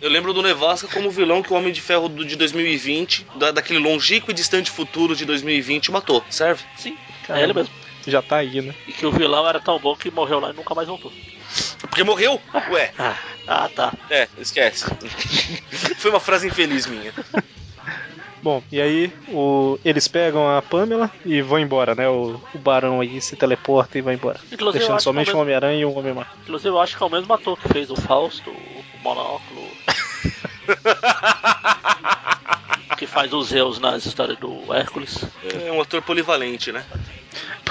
Eu lembro do Nevasca como vilão que o Homem de Ferro do- de 2020, da- daquele longínquo e distante futuro de 2020, matou. Serve? Sim, Caramba. é ele mesmo. Já tá aí, né? E que o vilão era tão bom que morreu lá e nunca mais voltou. Porque morreu? Ué, Ah, ah tá. é, esquece. Foi uma frase infeliz minha. Bom, e aí o- eles pegam a Pamela e vão embora, né? O, o barão aí se teleporta e vai embora. Inclusive, eu deixando acho somente que um ao mesmo- Homem-Aranha e um Homem-Mar. Inclusive, eu acho que é o mesmo ator que fez o Fausto, o Monóculo. que faz os Zeus nas histórias do Hércules. É um ator polivalente, né?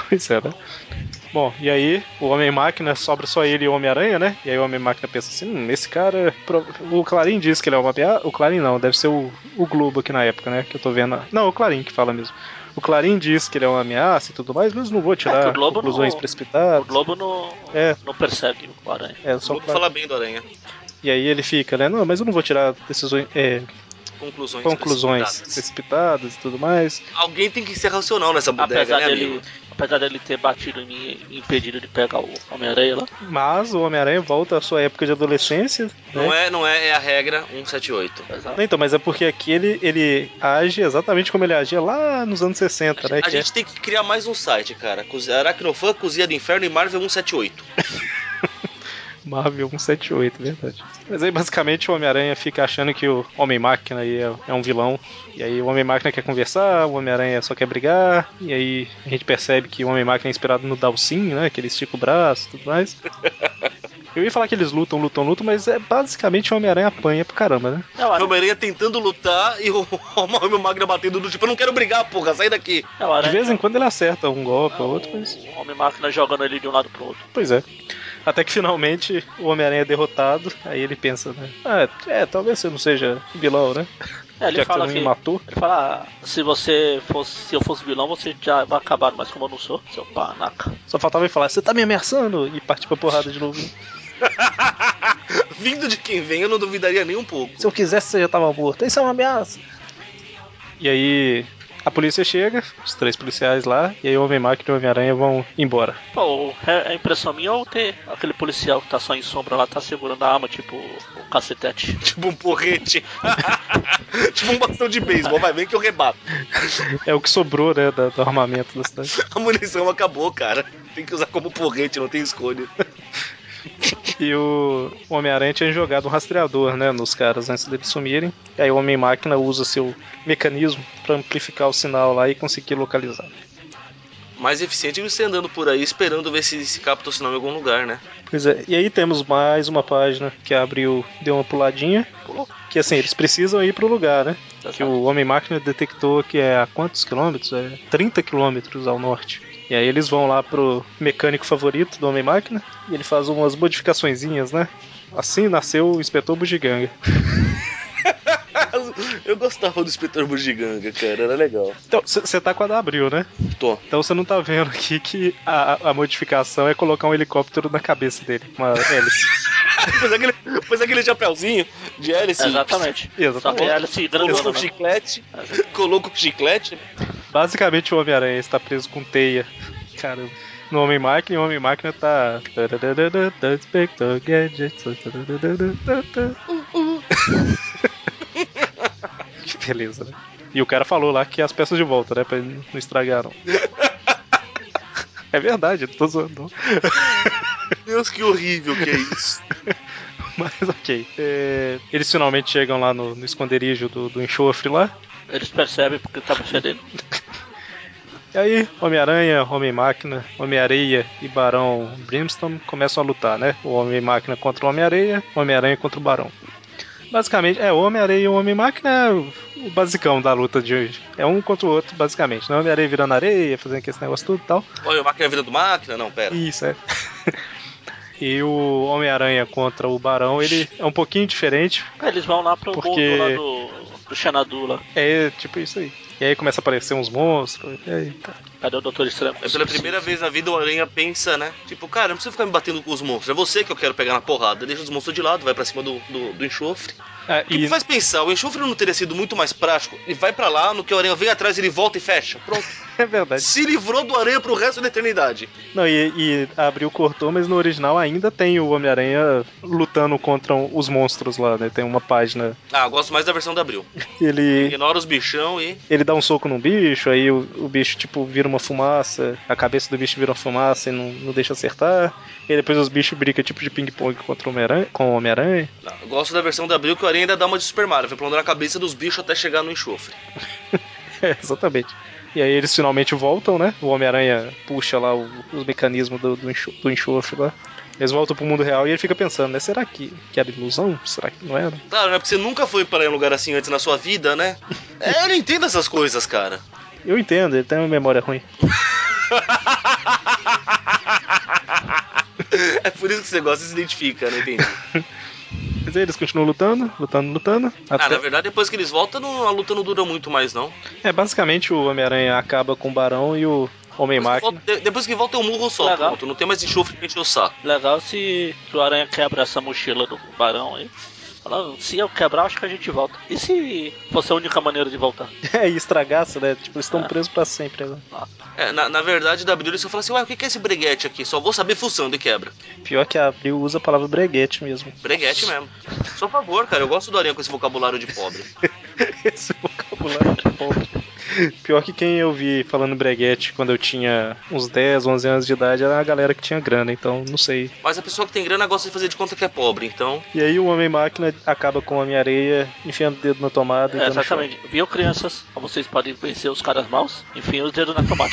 Pois é, né? Bom, e aí o Homem-Máquina sobra só ele e o Homem-Aranha, né? E aí o Homem-Máquina pensa assim: hum, esse cara. pro- O Clarim diz que ele é uma piada. O Clarim não, deve ser o, o Globo aqui na época, né? Que eu tô vendo. a- Não, o Clarim que fala mesmo. O Clarim diz que ele é uma ameaça e tudo mais, mas não vou É tirar que o Globo conclusões não- precipitadas. O Globo não, Ah, É. não persegue o Aranha. É, Só só o vou Clarim. falar bem do Aranha. E aí ele fica, né? Não, mas eu não vou tirar decisões, é, Conclusões. conclusões precipitadas. precipitadas e tudo mais. Alguém tem que ser racional nessa bodega, Apesar né, dele, amigo? apesar dele ter batido em mim e impedido de pegar o Homem-Aranha lá. Mas o Homem-Aranha volta à sua época de adolescência. Não né? é, não é, é a regra 178. Apesar- Não, Então, mas é porque aqui ele, ele age exatamente como ele agia lá nos anos 60, né? A que é- gente tem que criar mais um site, cara. Cozi- Aracnofã, Cozinha do Inferno e Marvel 178. Marvel 178, verdade. Mas aí basicamente o Homem-Aranha fica achando que o Homem-Máquina aí é, é um vilão. E aí o Homem-Máquina quer conversar, o Homem-Aranha só quer brigar. E aí a gente percebe que o Homem-Máquina é inspirado no Dalsin, né? Que ele estica o braço e tudo mais. Eu ia falar que eles lutam, lutam, lutam, mas é basicamente o Homem-Aranha apanha pra caramba, né? É o O Aranha, Homem-Aranha tentando lutar e o Homem Magna batendo do tipo, eu não quero brigar, porra, sai daqui. é o De Aranha. É vez em quando ele acerta um golpe ou outro, mas. O Homem-Máquina jogando ele de um lado pro outro. Pois é. Até que finalmente o Homem-Aranha é derrotado, aí ele pensa, né? Ah, é, talvez você não seja vilão, né? É, ele Já que você fala não que. me matou. Ele fala, ah, se você fosse. Se eu fosse vilão, você já vai acabar, mas como eu não sou, seu panaca. Só faltava ele falar, você tá me ameaçando? E partir pra porrada de novo. Vindo de quem vem, eu não duvidaria nem um pouco. Se eu quisesse, você já tava morto. Isso é uma ameaça. E aí a polícia chega, os três policiais lá, e aí o Homem-Máquina e o Homem-Aranha vão embora. Pô, é, é impressão minha ou ter aquele policial que tá só em sombra lá, tá segurando a arma, tipo o cacetete. Tipo um porrete. tipo um bastão de beisebol, vai, vem que eu rebato. É o que sobrou, né, da- do armamento da cidade. A munição acabou, cara. Tem que usar como porrete, não tem escolha. E o Homem-Aranha tinha jogado um rastreador, né, nos caras antes deles sumirem. E aí o Homem-Máquina usa seu mecanismo pra amplificar o sinal lá e conseguir localizar. Mais eficiente é você andando por aí esperando ver se, se capta o sinal em algum lugar, né? Pois é, e aí temos mais uma página que abriu, deu uma puladinha. Pulou? Que assim, eles precisam ir pro lugar, né? Que Exato. o Homem-Máquina detectou que é a quantos quilômetros? É 30 quilômetros ao norte. E aí eles vão lá pro mecânico favorito do Homem-Máquina e ele faz umas modificaçõezinhas, né? Assim nasceu o Inspetor Bugiganga. Eu gostava do inspetor Bugiganga, cara, era legal. Então, você tá com a da Abril, né? Tô. Então você não tá vendo aqui que a, a modificação é colocar um helicóptero na cabeça dele, uma hélice. Pois é aquele, pois aquele chapéuzinho de hélice. Exatamente. Só que Exatamente. ela se Colocou grandona, um né? chiclete. Colocou um chiclete. Basicamente o Homem-Aranha está preso com teia. Caramba. No Homem-Máquina, e o Homem-Máquina tá. Inspector Gadget. Que beleza, né? E o cara falou lá que as peças de volta, né? Pra ele não estragar, não. É verdade, eu não tô zoando. não. Deus, que horrível que é isso. Mas ok. É, eles finalmente chegam lá no, no esconderijo do, do enxofre lá. Eles percebem porque tá procedendo. E aí, Homem-Aranha, Homem-Máquina, Homem-Areia e Barão Brimstone começam a lutar, né? O Homem-Máquina contra o Homem-Areia, o Homem-Aranha contra o Barão. Basicamente, é, o Homem-Areia e o Homem-Máquina é o o basicão da luta de hoje. É um contra o outro, basicamente. Né? O Homem-Areia virando areia, fazendo aquele negócio tudo e tal. Olha, é a máquina virando máquina? Não, pera. Isso, é. E o Homem-Aranha contra o Barão, ele é um pouquinho diferente, Aí Eles vão lá pro Porque- mundo lá do. do Xanadu lá. É tipo isso aí. E aí começa a aparecer uns monstros. Eita. Cadê o Doutor Estranho? É pela primeira vez na vida o Aranha pensa, né? Tipo, cara, não precisa ficar me batendo com os monstros. É você que eu quero pegar na porrada. Deixa os monstros de lado, vai pra cima do, do, do enxofre. É, O que me e faz pensar, o enxofre não teria sido muito mais prático? Ele vai pra lá, no que o Aranha vem atrás, ele volta e fecha. Pronto. é verdade. Se livrou do Aranha pro resto da eternidade. Não, e, e abriu, cortou, mas no original ainda tem o Homem-Aranha lutando contra um, os monstros lá, né? Tem uma página. Ah, eu gosto mais da versão da Abril. Ele. Ignora os bichão e. Ele dá um soco num bicho, aí o, o bicho, tipo, vira uma fumaça, a cabeça do bicho vira uma fumaça e não, não deixa acertar. E depois os bichos brigam tipo de ping-pong contra o Homem-Aranha, com o Homem-Aranha. Não, eu gosto da versão da Abril que o Aranha ainda dá uma de Super Mario, vai plantando a cabeça dos bichos até chegar no enxofre. É, exatamente. E aí eles finalmente voltam, né? O Homem-Aranha puxa lá o- os mecanismos do, do, enxo- do enxofre lá. Eles voltam pro mundo real e ele fica pensando, né? Será que, que era ilusão? Será que não é, era? Claro, né? Porque você nunca foi parar em um lugar assim antes na sua vida, né? É, eu não entendo essas coisas, cara. Eu entendo, ele tem uma memória ruim. É por isso que você gosta e se identifica, não entendi. Mas aí eles continuam lutando, lutando, lutando. Ah, até- na verdade, depois que eles voltam, não- a luta não dura muito mais, não. É, basicamente o Homem-Aranha acaba com o Barão e o Depois que, Homem-Máquina. volta, de- depois que volta, eu murro só, Legal. pronto. Não tem mais enxofre pra encher o saco. Legal se que o Aranha quebra essa mochila do barão aí. Fala, se eu quebrar, acho que a gente volta. E se fosse a única maneira de voltar? É, e estragaça, né? Tipo, eles estão Ah. presos pra sempre né? agora. É, na, na verdade, da Abril, eles só falam assim, ué, o que que é esse breguete aqui? Só vou saber fuçando e quebra. Pior que a Abril usa a palavra breguete mesmo. Breguete mesmo. Só favor, cara, eu gosto do Aranha com esse vocabulário de pobre. Esse vocabulário é pobre. Pior que quem eu vi falando breguete quando eu tinha uns 10, 11 anos de idade era a galera que tinha grana, então não sei. Mas a pessoa que tem grana gosta de fazer de conta que é pobre, então... E aí o Homem-Máquina acaba com a Homem-Areia, enfiando o dedo na tomada e É, dando exatamente. Viu, crianças? Como vocês podem conhecer os caras maus? Enfim, os dedos na tomada.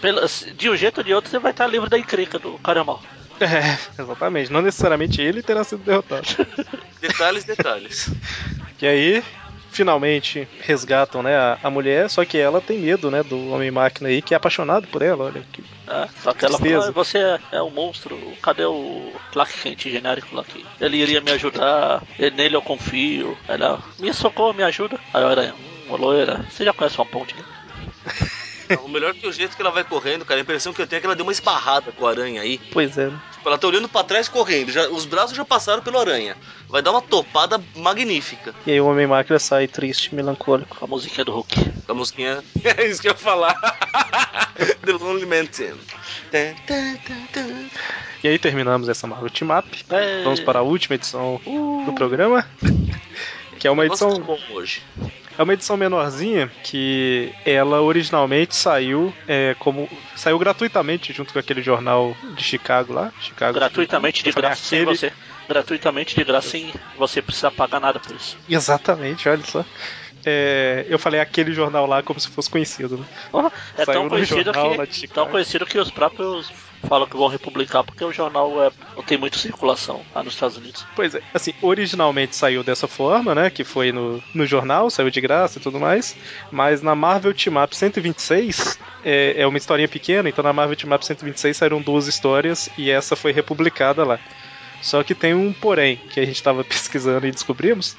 Pela- de um jeito ou de outro, você vai estar livre da encrenca do cara mau. choque. É, exatamente. Não necessariamente ele terá sido derrotado. Detalhes, detalhes. E aí, finalmente, resgatam, né, a, a mulher, só que ela tem medo, né, do Homem-Máquina aí, que é apaixonado por ela, olha. Que... né? Só que ela Tristeza. fala, "Ah, você é- é um monstro, cadê o Clark Kent genérico lá que Ele iria me ajudar, e nele eu confio. Ela, me socorro, me ajuda. Aí eu era uma loira, você já conhece uma ponte, né? O melhor que o jeito que ela vai correndo, cara, a impressão que eu tenho é que ela deu uma esbarrada com o Aranha aí. Pois é, né? Tipo, ela tá olhando pra trás correndo, já, os braços já passaram pelo Aranha. Vai dar uma topada magnífica. E aí o Homem-Máquina sai triste, melancólico. Com a musiquinha do Hulk. A musiquinha. É isso que eu ia falar. The Lonely Mountain. Tan, tan, tan, tan. E aí terminamos essa Marvel Team Up. É. Vamos para a última edição do programa. Que é uma Nossa, edição, tá bom hoje. é uma edição menorzinha que ela originalmente saiu é, como saiu gratuitamente junto com aquele jornal de Chicago lá, Chicago. Gratuitamente de Eu falei, graça, sem aquele- você. Gratuitamente de graça, sem você precisar pagar nada por isso. Exatamente, olha só. É, eu falei aquele jornal lá como se fosse conhecido. Né? É Saiu tão no conhecido, jornal né? lá de que, Chicago. tão conhecido que os próprios falam que vão republicar porque o jornal é, não tem muita circulação lá nos Estados Unidos. Pois é, assim, originalmente saiu dessa forma, né? Que foi no, no jornal, saiu de graça e tudo mais. Mas na Marvel Team Up 126 é, é uma historinha pequena, então na Marvel Team Up 126 saíram duas histórias e essa foi republicada lá. Só que tem um porém que a gente estava pesquisando e descobrimos.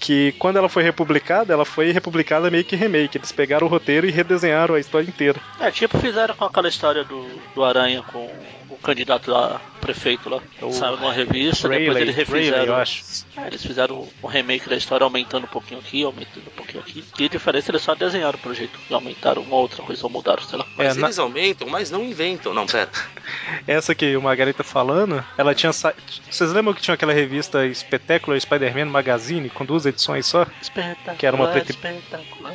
Que quando ela foi republicada, ela foi republicada meio que remake. Eles pegaram o roteiro e redesenharam a história inteira. É, tipo fizeram com aquela história do, do Aranha com o candidato lá, prefeito lá. O Saiu numa revista, depois Rayleigh, eles Rayleigh, eu refizeram. acho. É, eles fizeram um remake da história, aumentando um pouquinho aqui, aumentando um pouquinho aqui. E a diferença eles só desenharam pro jeito. E aumentaram uma outra coisa, ou mudaram, sei lá. É, Mas na- eles aumentam, mas não inventam. Não, pera. Essa que o Magari tá falando, ela tinha sa... Vocês lembram que tinha aquela revista Spectacular Spider-Man Magazine, com duas edições só? Espetacular, Que era uma preta- espetacular.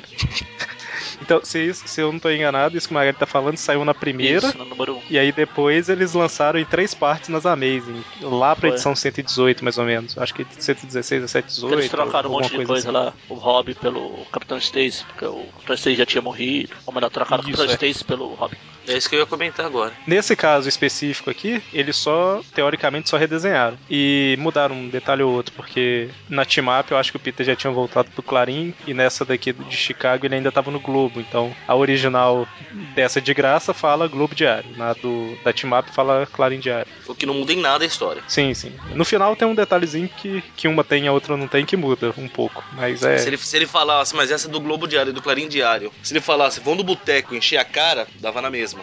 Então, se, isso- se eu não tô enganado, isso que o Magari tá falando saiu na primeira. Isso, no número 1. Um. E aí depois eles lançaram em três partes nas Amazing, lá pra Foi. edição 118 mais ou menos. Acho que 116 a 118. Eles trocaram um alguma assim. monte de coisa, lá, o Hobby pelo Capitão Stacy, porque o Capitão Stacy já tinha morrido, ou melhor, trocaram o Isso, Capitão é. Stacy pelo Hobby. É isso que eu ia comentar agora. Nesse caso específico aqui, eles só, teoricamente, só redesenharam. E mudaram um detalhe ou outro, porque na Team Up eu acho que o Peter já tinha voltado pro Clarim, e nessa daqui de Chicago ele ainda tava no Globo. Então a original dessa de graça fala Globo Diário, na do, da Team Up fala Clarim Diário. O que não muda em nada é a história. Sim, sim. No final tem um detalhezinho que, que uma tem e a outra não tem que muda um pouco, mas é. Se, ele, se ele falasse, mas essa é do Globo Diário e do Clarim Diário, se ele falasse, vão do boteco encher a cara, dava na mesma.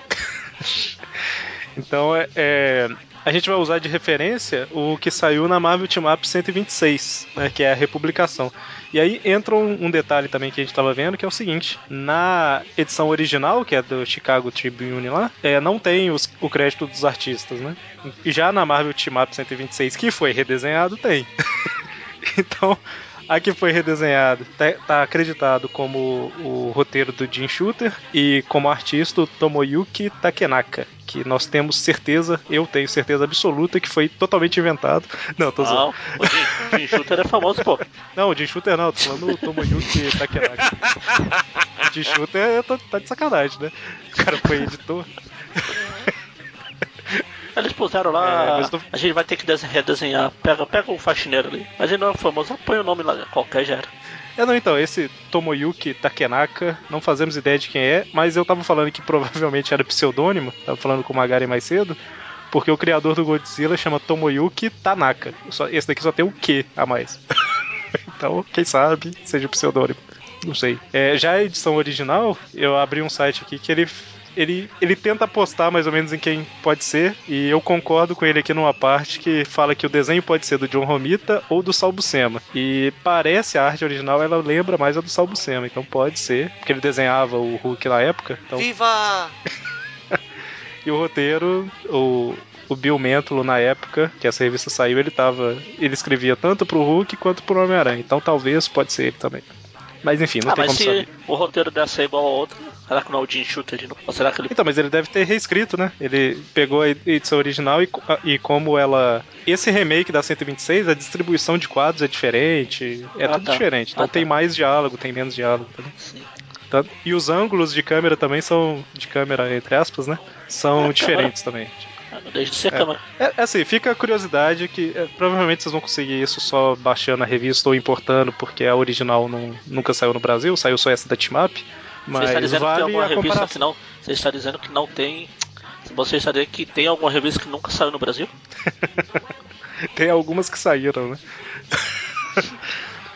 Então é, é, a gente vai usar de referência o que saiu na Marvel Team Up 126, né, que é a republicação. E aí entra um, um detalhe também que a gente estava vendo, que é o seguinte: na edição original, que é do Chicago Tribune lá, é, não tem os, o crédito dos artistas, né? E já na Marvel Team Up 126, que foi redesenhado, tem. então a que foi redesenhado está acreditado como o roteiro do Jim Shooter e como artista o Tomoyuki Takenaka. Que nós temos certeza, eu tenho certeza absoluta que foi totalmente inventado. Não, tô Não, zoando. Ah, o Jim, Jim Shooter é famoso, pô. Não, o Jim Shooter não, tô falando o Tomoyuki Takenaka. O Jim Shooter é- tá, tá de sacanagem, né? O cara foi editor. Eles puseram É, lá. mas tô- A gente vai ter que desen- redesenhar. Pega, pega o faxineiro ali. Mas ele não é famoso, põe o nome lá. Qualquer já era. É, não, então, esse Tomoyuki Takenaka, não fazemos ideia de quem é, mas eu tava falando que provavelmente era pseudônimo, tava falando com o Magari mais cedo, porque o criador do Godzilla chama Tomoyuki Tanaka. Só- esse daqui só tem o Q a mais. então, quem sabe seja pseudônimo. Não sei. É, já a edição original, eu abri um site aqui que ele. Ele, ele tenta apostar mais ou menos em quem pode ser, e eu concordo com ele aqui numa parte que fala que o desenho pode ser do John Romita ou do Sal Buscema. E parece a arte original, ela lembra mais a do Sal Buscema, então pode ser, porque ele desenhava o Hulk na época. Então, Viva! e o roteiro, o, o Bill Mentulo, na época que essa revista saiu, ele tava. Ele escrevia tanto pro Hulk quanto pro Homem-Aranha. Então talvez pode ser ele também. Mas enfim, não ah, tem mas como se saber. o roteiro dessa é igual a outra, será que não é o Jim Shooter de novo? Ou será que ele. Então, mas ele deve ter reescrito, né? Ele pegou a edição original e, co- ah, e como ela. Esse remake da 126, a distribuição de quadros é diferente. É Ah, tudo tá. diferente. Então Ah, tem tá. mais diálogo, tem menos diálogo. tá ligado? Sim. Tá- E os ângulos de câmera também são. De câmera, entre aspas, né? São É, diferentes também. Desde né? ser É. câmera. É, é assim, fica a curiosidade que é, provavelmente vocês vão conseguir isso só baixando a revista ou importando, porque a original não- nunca saiu no Brasil, saiu só essa da Timap. Você Mas está dizendo que tem vale alguma a revista que comparação. não. Você está dizendo que não tem. Você está dizendo que tem alguma revista que nunca saiu no Brasil? Tem algumas que saíram, né?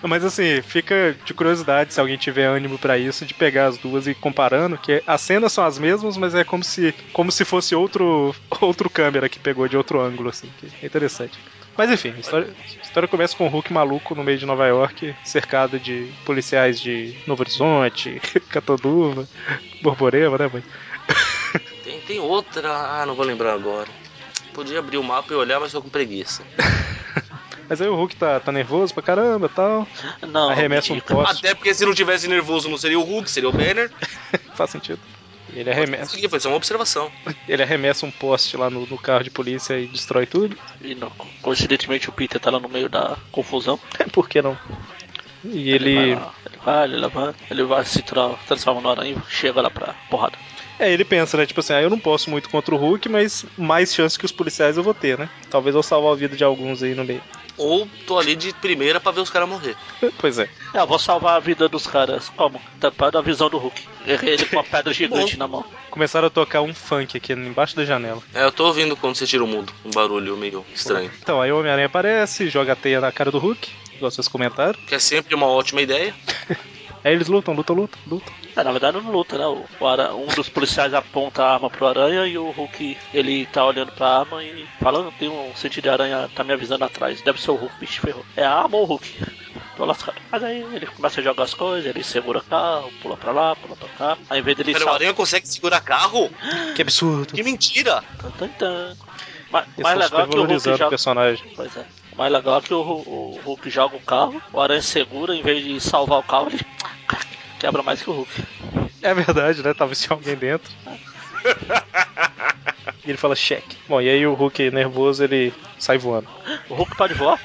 Mas assim, fica de curiosidade se alguém tiver ânimo pra isso, de pegar as duas e ir comparando, que as cenas são as mesmas, mas é como se, como se fosse outro, outro câmera que pegou de outro ângulo, assim. que é interessante. Mas enfim, a história, a história começa com o Hulk maluco no meio de Nova York, cercado de policiais de Novo Horizonte, Catoduva, Borborema, né, mãe? Tem, tem outra. Ah, não vou lembrar agora. Podia abrir o mapa e olhar, mas tô com preguiça. Mas aí o Hulk tá, tá nervoso pra caramba tal. Não. Arremessa um ridículo. Posso? Até porque se não tivesse nervoso não seria o Hulk, seria o Banner. Faz sentido. Ele arremessa. Isso aqui foi só uma observação. Ele arremessa um poste lá no, no carro de polícia e destrói tudo. E não- coincidentemente o Peter tá lá no meio da confusão. Por que não? E ele. Ele vai, ele vai, ele levanta, ele vai se tra- transforma no aranha e chega lá pra porrada. É, ele pensa, né? Tipo assim, ah, eu não posso muito contra o Hulk, mas mais chance que os policiais eu vou ter, né? Talvez eu salvar a vida de alguns aí no meio. Ou tô ali de primeira pra ver os caras morrer. pois é. É, eu vou salvar a vida dos caras. Como? Tampando a visão do Hulk. Errei ele com uma pedra gigante na mão. Começaram a tocar um funk aqui embaixo da janela. É, eu tô ouvindo quando você tira o mudo. Um barulho meio estranho. Então, aí o Homem-Aranha aparece, joga a teia na cara do Hulk, igual vocês comentaram. Que é sempre uma ótima ideia. Aí eles lutam, lutam, lutam, lutam. É, na verdade não luta, né? O, o ara- um dos policiais aponta a arma pro aranha e o Hulk ele tá olhando pra arma e falando tem um sentido de aranha tá me avisando atrás. Deve ser o Hulk, bicho ferrou. É a arma ou o Hulk? Tô lascado. Mas aí ele começa a jogar as coisas, ele segura o carro, pula pra lá, pula pra cá. Aí em vez dele Pera, o salvar. Aranha consegue segurar carro? Que absurdo. Que mentira! Tan, tan, tan. Mas, Eles mais estão legal é que o Hulk supervalorizando assim o joga. personagem. Pois é. O mais legal é que o, Hu- o Hulk joga o carro, o Aranha segura, em vez de salvar o carro, ele quebra mais que o Hulk. É verdade, né? Talvez tinha alguém dentro. e ele fala cheque. Bom, e aí o Hulk nervoso ele sai voando. O Hulk pode voar?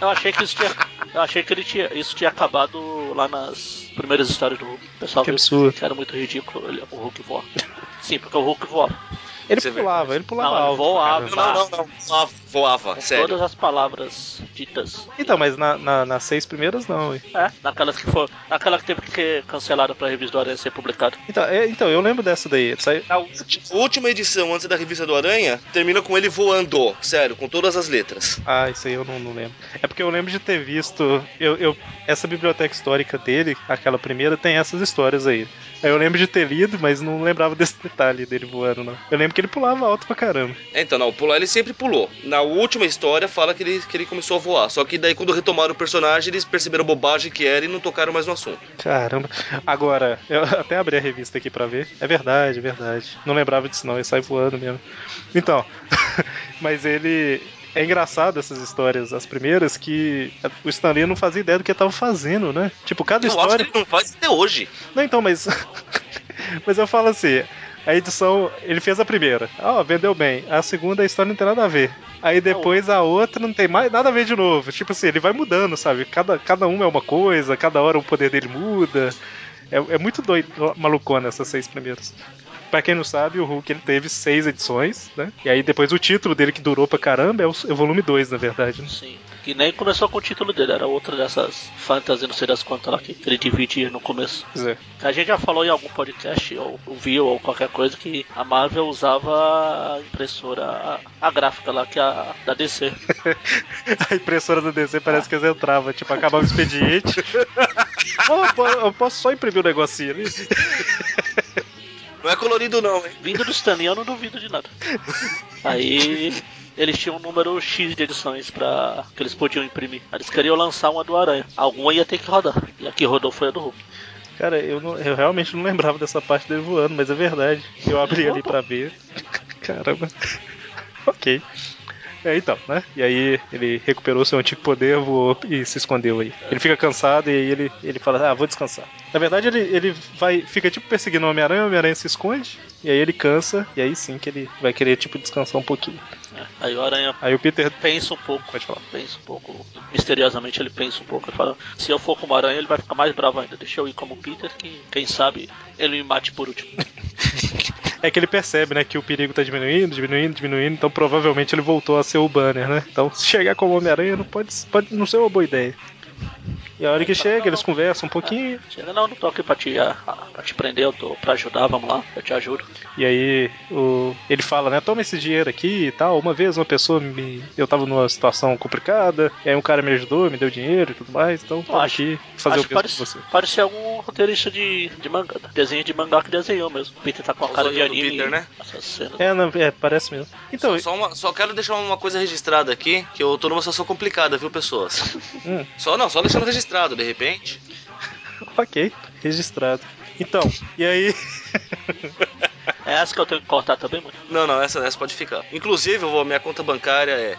Eu achei que isso tinha. Eu achei que ele tinha, isso tinha acabado lá nas. primeiras histórias do Hulk. O pessoal Que viu absurdo. que era muito ridículo ele- o Hulk voar. Sim, porque o Hulk voa. Ele Isso é pulava, ele pulava Não, ele alto. pra voava. caramba. Não, não, não. Voava, voava, Com sério. todas as palavras ditas. Então, mas na- na- nas seis primeiras não, hein? É, naquelas que foi. Naquela que teve que ser cancelada pra revista do Aranha ser publicada. Então, é- então, eu lembro dessa daí. Saiu- A ulti- a última edição antes da revista do Aranha termina com ele voando, sério, com todas as letras. Ah, isso aí eu não, não lembro. É porque eu lembro de ter visto. Eu, eu- essa biblioteca histórica dele, aquela primeira, tem essas histórias aí. Aí eu lembro de ter lido, mas não lembrava desse detalhe dele voando, não. Eu lembro que ele pulava alto pra caramba. Então, não, pular ele sempre pulou. Na última história fala que ele, que ele começou a voar. Só que daí quando retomaram o personagem, eles perceberam a bobagem que era e não tocaram mais no assunto. Caramba. Agora, eu até abri a revista aqui pra ver. É verdade, é verdade. Não lembrava disso não, ele sai voando mesmo. Então, mas ele. É engraçado essas histórias, as primeiras, que o Stanley não fazia ideia do que ele tava fazendo, né? Tipo, cada Eu acho que história. ele não faz até hoje. Não, então, mas. mas eu falo assim. A edição, ele fez a primeira. Ó, vendeu bem. A segunda, a história não tem nada a ver. Aí depois a outra não tem mais nada a ver de novo. Tipo assim, ele vai mudando, sabe? Cada, cada uma é uma coisa, cada hora o poder dele muda. É, é muito doido, malucona essas seis primeiras. Pra quem não sabe, o Hulk ele teve seis edições, né? E aí depois o título dele que durou pra caramba é o, é o volume 2, na verdade. né? Sim. Que nem começou com o título dele, era outra dessas fantasy, não sei das quantas lá que ele dividia no começo. Pois é. A gente já falou em algum podcast, ou viu, ou qualquer coisa, que a Marvel usava a impressora, a, a gráfica lá, que é a da DC. A impressora do DC parece que eles entravam, tipo, acabava o expediente. Pô, eu po- eu posso só imprimir um negocinho ali? Não é colorido, não, hein? Vindo do Stanley, eu não duvido de nada. Aí eles tinham um número X de edições pra que eles podiam imprimir. Eles queriam lançar uma do Aranha. Alguma ia ter que rodar. E a que rodou foi a do Hulk. Cara, eu, não- eu realmente não lembrava dessa parte dele voando, mas é verdade. Eu abri ali pra ver. Caramba. Ok. É, então, né? E aí ele recuperou seu antigo poder voou e se escondeu aí. Ele fica cansado e aí ele, ele fala, ah, vou descansar. Na verdade, ele, ele vai, fica tipo perseguindo o Homem-Aranha, o Homem-Aranha se esconde, e aí ele cansa, e aí sim que ele vai querer, tipo, descansar um pouquinho. É. Aí o Aranha Aí o Peter. pensa um pouco. Pode falar. Pensa um pouco. Misteriosamente ele pensa um pouco. Ele fala, se eu for como Aranha, ele vai ficar mais bravo ainda. Deixa eu ir como Peter, que quem sabe ele me mate por último. É que ele percebe, né, que o perigo tá diminuindo, diminuindo, diminuindo, então provavelmente ele voltou a ser o banner, né? Então, se chegar como Homem-Aranha não pode, pode não ser uma boa ideia. E a hora que chega, eles conversam um pouquinho, Chega, não, não tô aqui pra te, ah, pra te prender, eu tô pra ajudar, vamos lá, eu te ajudo. e aí o, ele fala, né, toma esse dinheiro aqui e tal. Uma vez uma pessoa me. Eu tava numa situação complicada, e aí um cara me ajudou, me deu dinheiro e tudo mais, então toma acho- aqui fazer Acho o que que com você. parece, parece algum roteirista de, de mangá, tá? desenho de mangá que desenhou mesmo. O Peter tá com a Os cara de olhinhos do anime. Peter, né? Essas cenas. É, não, é, parece mesmo. Então, Só, uma- só quero deixar uma coisa registrada aqui, que eu tô numa situação complicada, viu, pessoas? hum, Só não, só deixando registrado, de repente. ok, registrado. Então, e aí. É essa que eu tenho que cortar também, mano. Não, não, essa, essa pode ficar. Inclusive, eu vou, minha conta bancária é.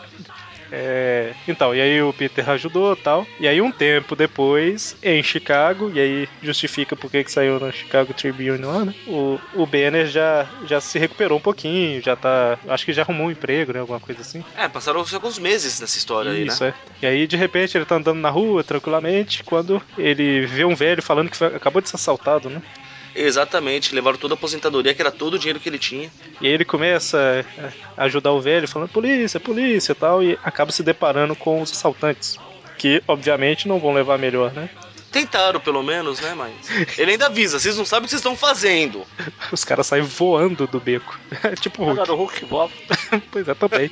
É, então, e aí o Peter ajudou tal. E aí um tempo depois, em Chicago, e aí justifica por que que saiu no Chicago Tribune lá, né? O, o Banner já, já se recuperou um pouquinho, já tá. Acho que já arrumou um emprego, né? Alguma coisa assim. É, passaram só alguns meses nessa história aí, né? Isso, é. E aí, de repente, ele tá andando na rua tranquilamente, quando ele vê um velho falando que foi- acabou de ser assaltado, né? Exatamente, levaram toda a aposentadoria, que era todo o dinheiro que ele tinha. E aí ele começa a ajudar o velho, falando polícia, polícia e tal, e acaba se deparando com os assaltantes. Que obviamente não vão levar melhor, né? Tentaram, pelo menos, né, mas. Ele ainda avisa, vocês não sabem o que vocês estão fazendo. Os caras saem voando do beco. É tipo o Hulk. Agora o Hulk voa. Pois é, também.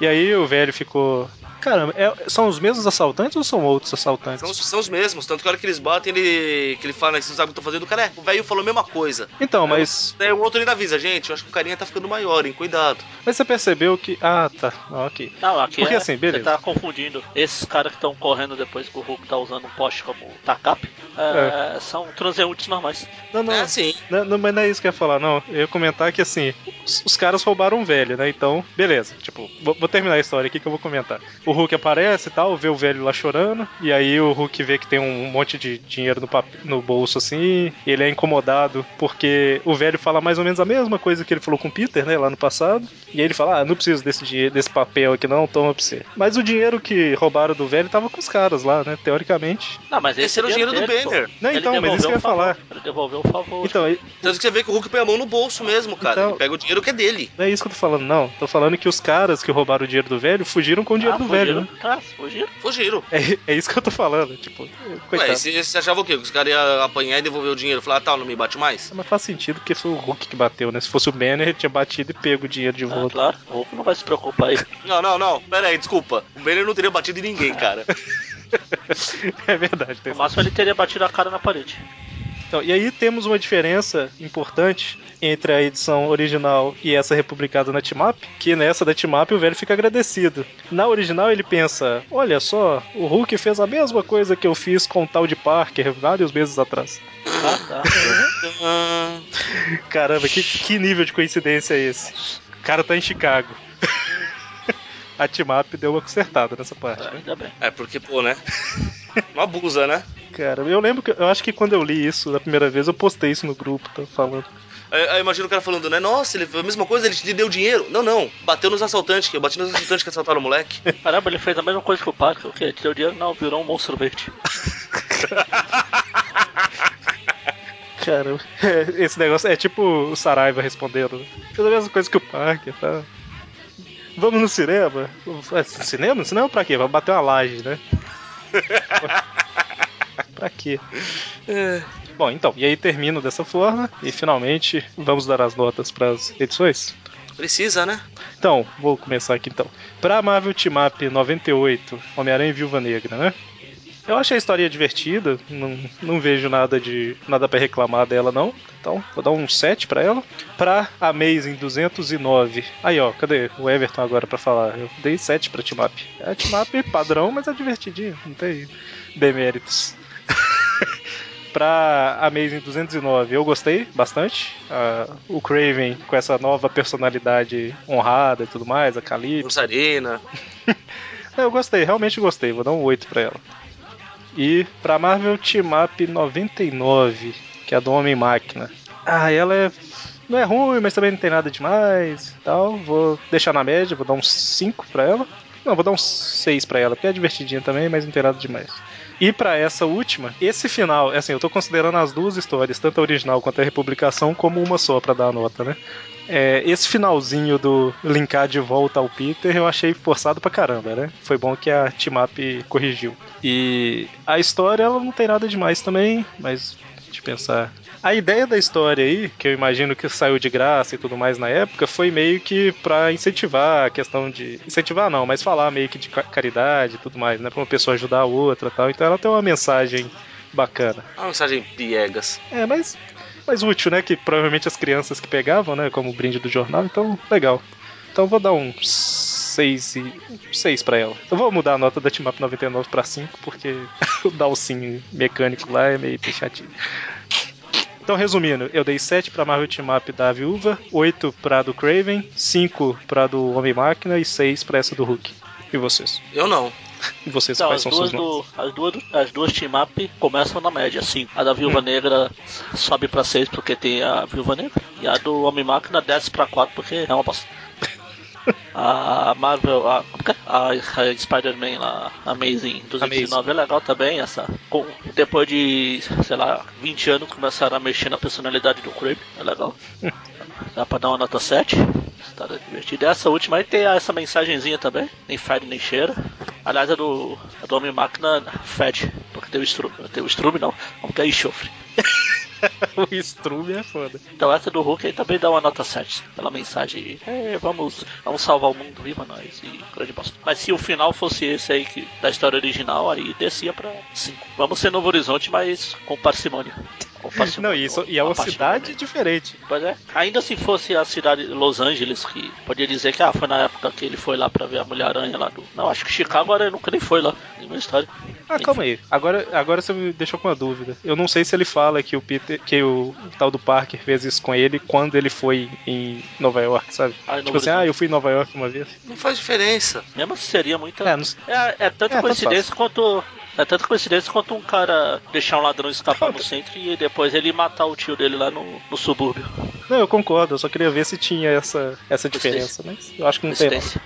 e aí o velho ficou. Caramba, é- são os mesmos assaltantes ou são outros assaltantes? São, os- são os mesmos, tanto que a hora que eles batem, ele, que ele fala, né, vocês não sabem o que estão fazendo, o cara é. O velho falou a mesma coisa. Então, mas. Daí o outro ainda avisa, gente, eu acho que o carinha tá ficando maior, hein, cuidado. Mas você percebeu que. Ah, tá. Ah, ok. Não, aqui Porque é, assim, beleza. você tá confundindo. Esses caras que estão correndo depois que o Hulk tá usando um poste como tacap, é, são transeuntes normais. Não, não. É assim. Não, não, mas não é isso que eu ia falar, não. Eu ia comentar que assim, os, os caras roubaram um velho, né? Então, beleza. Tipo, vou, vou terminar a história aqui que eu vou comentar. O o Hulk aparece e tal, vê o velho lá chorando, e aí o Hulk vê que tem um monte de dinheiro no, pap- no bolso assim, e ele é incomodado porque o velho fala mais ou menos a mesma coisa que ele falou com o Peter, né, lá no passado, e aí ele fala: "Ah, não preciso desse dinheiro, desse papel aqui não, toma pra você". Mas o dinheiro que roubaram do velho tava com os caras lá, né, teoricamente. Não, mas Esse era o dinheiro do dele, pô. Banner. Não, Ele então, mas devolveu isso que eu um ia falar. favor. Ele devolveu um favor. Então, e- Tanto que você vê que o Hulk põe a mão no bolso mesmo, cara. Então- Ele pega o dinheiro que é dele. não é isso que eu tô falando, não. Tô falando que os caras que roubaram o dinheiro do velho fugiram com o dinheiro Ah, do fugiram. velho, né? Tá, fugiram. Fugiram. É, é isso que eu tô falando, tipo, coitado. Ué, você você achava o quê? Que os caras iam apanhar e devolver o dinheiro? Falar, ah, tá, não me bate mais? Mas faz sentido porque foi o Hulk que bateu, né? Se fosse o Banner, ele tinha batido e pego o dinheiro de Ah, volta. claro, o Hulk não vai se preocupar aí. Não, não, não. Pera aí, desculpa. O Banner não teria batido em ninguém, cara. é verdade. tem No máximo ele teria batido a cara na parede. Então, e aí temos uma diferença importante entre a edição original e essa republicada na Timap, que nessa da Timap o velho fica agradecido. Na original ele pensa, olha só, o Hulk fez a mesma coisa que eu fiz com o tal de Parker vários meses atrás. Ah, tá. Hum, Caramba, que, que nível de coincidência é esse? O cara tá em Chicago. a Timap deu uma consertada nessa parte, né? tá. Ainda bem. é porque, pô, né? Não abusa, né? Cara, eu lembro que eu acho que quando eu li isso da primeira vez, eu postei isso no grupo, tá falando. Aí aí imagina o cara falando, né? Nossa, ele a mesma coisa, ele te deu dinheiro. Não, não. Bateu nos assaltantes, que eu bati nos assaltantes que assaltaram o moleque. Caramba, ele fez a mesma coisa que o Parker. O quê? Tirou dinheiro? Não, virou um monstro verde. Cara, é, esse negócio é tipo o Saraiva respondendo. né? Fez a mesma coisa que o Parker, tá? Vamos no cinema? É, Cinema? Cinema pra quê? Vai bater uma laje, né? pra quê? Bom, então, e aí termino dessa forma e finalmente vamos dar as notas pras edições? Precisa, né? Então, vou começar aqui então. Pra Marvel Team Up 98, Homem-Aranha e Viúva Negra, né? Eu achei a história divertida, não, não vejo nada de nada para reclamar dela não. Então, vou dar um 7 pra ela. Pra Amazing 209. Aí, ó, cadê o Everton agora pra falar? Eu dei 7 pra Team Up. É a Team Up padrão, mas é divertidinho, não tem deméritos. pra Amazing 209 eu gostei bastante. Ah, o Craven com essa nova personalidade honrada e tudo mais, a Calypso. Mussarina. É, Eu gostei, realmente gostei. Vou dar um 8 pra ela. E pra Marvel Team Up 99, que é a do Homem-Máquina. Ah, ela é. Não é ruim, mas também não tem nada demais e tal. Vou deixar na média, vou dar um 5 pra ela. Não, vou dar um 6 pra ela, porque é divertidinha também, mas não tem nada demais. E pra essa última, esse final, assim, eu tô considerando as duas histórias, tanto a original quanto a republicação, como uma só pra dar a nota, né? É, esse finalzinho do linkar de volta ao Peter eu achei forçado pra caramba, né? Foi bom que a Timap corrigiu. E a história, ela não tem nada demais também, mas deixa eu pensar. A ideia da história aí, que eu imagino que saiu de graça e tudo mais na época, foi meio que pra incentivar a questão de. Incentivar não, mas falar meio que de ca- caridade e tudo mais, né? Pra uma pessoa ajudar a outra e tal. Então ela tem uma mensagem bacana. Uma mensagem Ah, um piegas. É, mas mais útil, né? Que provavelmente as crianças que pegavam, né? Como brinde do jornal, então legal. Então vou dar um 6 e 6 pra ela. Eu vou mudar a nota da Timap 99 pra 5, porque o Dalsin mecânico lá é meio puxadinho. Então, resumindo, eu dei 7 pra Marvel Team Up da Viúva, 8 pra do Craven, 5 pra do Homem-Máquina e 6 pra essa do Hulk. E vocês? Eu não. E vocês, Então, quais as são duas, suas notas? do, as duas do- as duas team up começam na média, assim. A da Hum. Viúva Negra sobe pra 6 porque tem a Viúva Negra. E a do Homem Máquina desce pra 4 porque é uma bosta. A Marvel, a, como que é? a, a Spider-Man lá, Amazing 209 é legal também. Essa, com, depois de, sei lá, 20 anos começaram a mexer na personalidade do Krabe, é legal. Dá pra dar uma nota 7. História divertida. Essa última aí tem essa mensagenzinha também. Nem fede, nem cheira. Aliás, a do, a do Homem Máquina fede. Porque tem o estrume. Tem o estrume não. Vamos que é enxofre. o Strube é foda. Então essa do Hulk aí também dá uma nota 7. Pela mensagem. É, vamos, vamos salvar o mundo. Viva nós. E grande bosta. Mas se o final fosse esse aí que, da história original, aí descia pra 5. Vamos ser Novo Horizonte, mas com parcimônia. Ou fácil- Não, e, isso, e é uma cidade diferente. Pois é. Ainda se fosse a cidade de Los Angeles, que podia dizer que ah, foi na época que ele foi lá pra ver a Mulher-Aranha lá do. Não, acho que Chicago era, nunca nem foi lá, nenhuma história. Ah, calma aí. Agora, agora você me deixou com uma dúvida. Eu não sei se ele fala que o Peter, que o tal do Parker fez isso com ele quando ele foi em Nova York, sabe? Ah, em Novo tipo assim, ah, Horizonte. eu fui em Nova York uma vez. Não faz diferença. Mesmo se seria muita. É, não sei. É, é tanta É, tanto coincidência quanto. É tanta coincidência quanto um cara deixar um ladrão escapar no centro e depois ele matar o tio dele lá no, no subúrbio. Não, eu concordo, eu só queria ver se tinha essa, essa diferença, mas eu acho que não tem. não. Coincidência.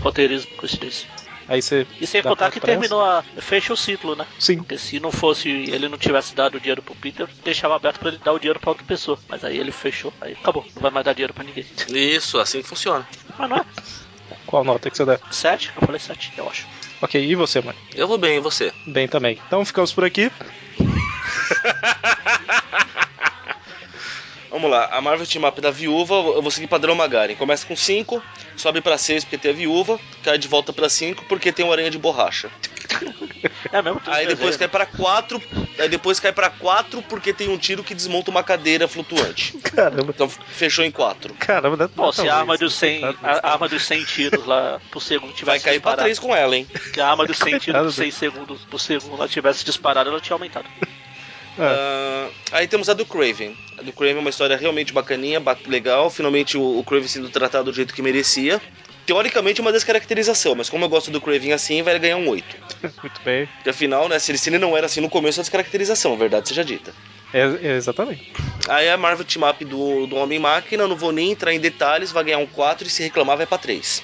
Roteirismo, coincidência. Aí você. E sem dá contar pra que trás? terminou a. Fecha o ciclo, né? Sim. Porque se não fosse. Ele não tivesse dado o dinheiro pro Peter, deixava aberto pra ele dar o dinheiro pra outra pessoa. Mas aí ele fechou. Aí acabou. Não vai mais dar dinheiro pra ninguém. Isso, assim que funciona. Mas não é. Qual nota que você dá? Sete? Eu falei sete, eu acho. Ok, e você, mãe? Eu vou bem, e você? Bem também. Então ficamos por aqui. Vamos lá, a Marvel Team Up da Viúva, eu vou seguir padrão Magaren. Começa com 5, sobe pra 6 porque tem a Viúva, cai de volta pra 5 porque tem o Aranha de Borracha. É mesmo Aí depois cai desenho, pra 4, aí depois cai pra 4 porque tem um tiro que desmonta uma cadeira flutuante. Caramba, Então fechou em 4. caramba, dá né? Pô, se a arma dos 100, Coitado. a arma dos 100 tiros lá por segundo tivesse Vai cair pra disparado, 3 com ela, hein? se a arma dos 100 tiros Coitado. por 6 segundos por segundo ela tivesse disparado, ela tinha aumentado. Ah, Ah, aí temos a do Craven. A do Craven é uma história realmente bacaninha, ba- legal. Finalmente o, o Craven sendo tratado do jeito que merecia. Teoricamente é uma descaracterização, mas como eu gosto do Craven assim, vai ganhar um 8. muito bem. Porque afinal, né, se ele, se ele não era assim no começo, é descaracterização, verdade seja dita. É- é exatamente. Aí a Marvel Team Up do, do Homem-Máquina, não vou nem entrar em detalhes, vai ganhar um 4 e se reclamar vai pra 3.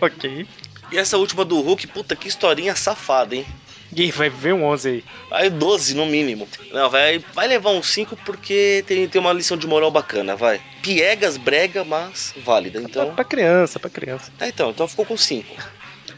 ok. E essa última do Hulk, puta que historinha safada, hein? Gui, vai ver um 11 aí. Aí 12 no mínimo. Não, vai, vai levar um 5 porque tem, tem uma lição de moral bacana, vai. Piegas, brega, mas válida. Então... Então, Pra criança, pra criança. tá, então, então ficou com 5.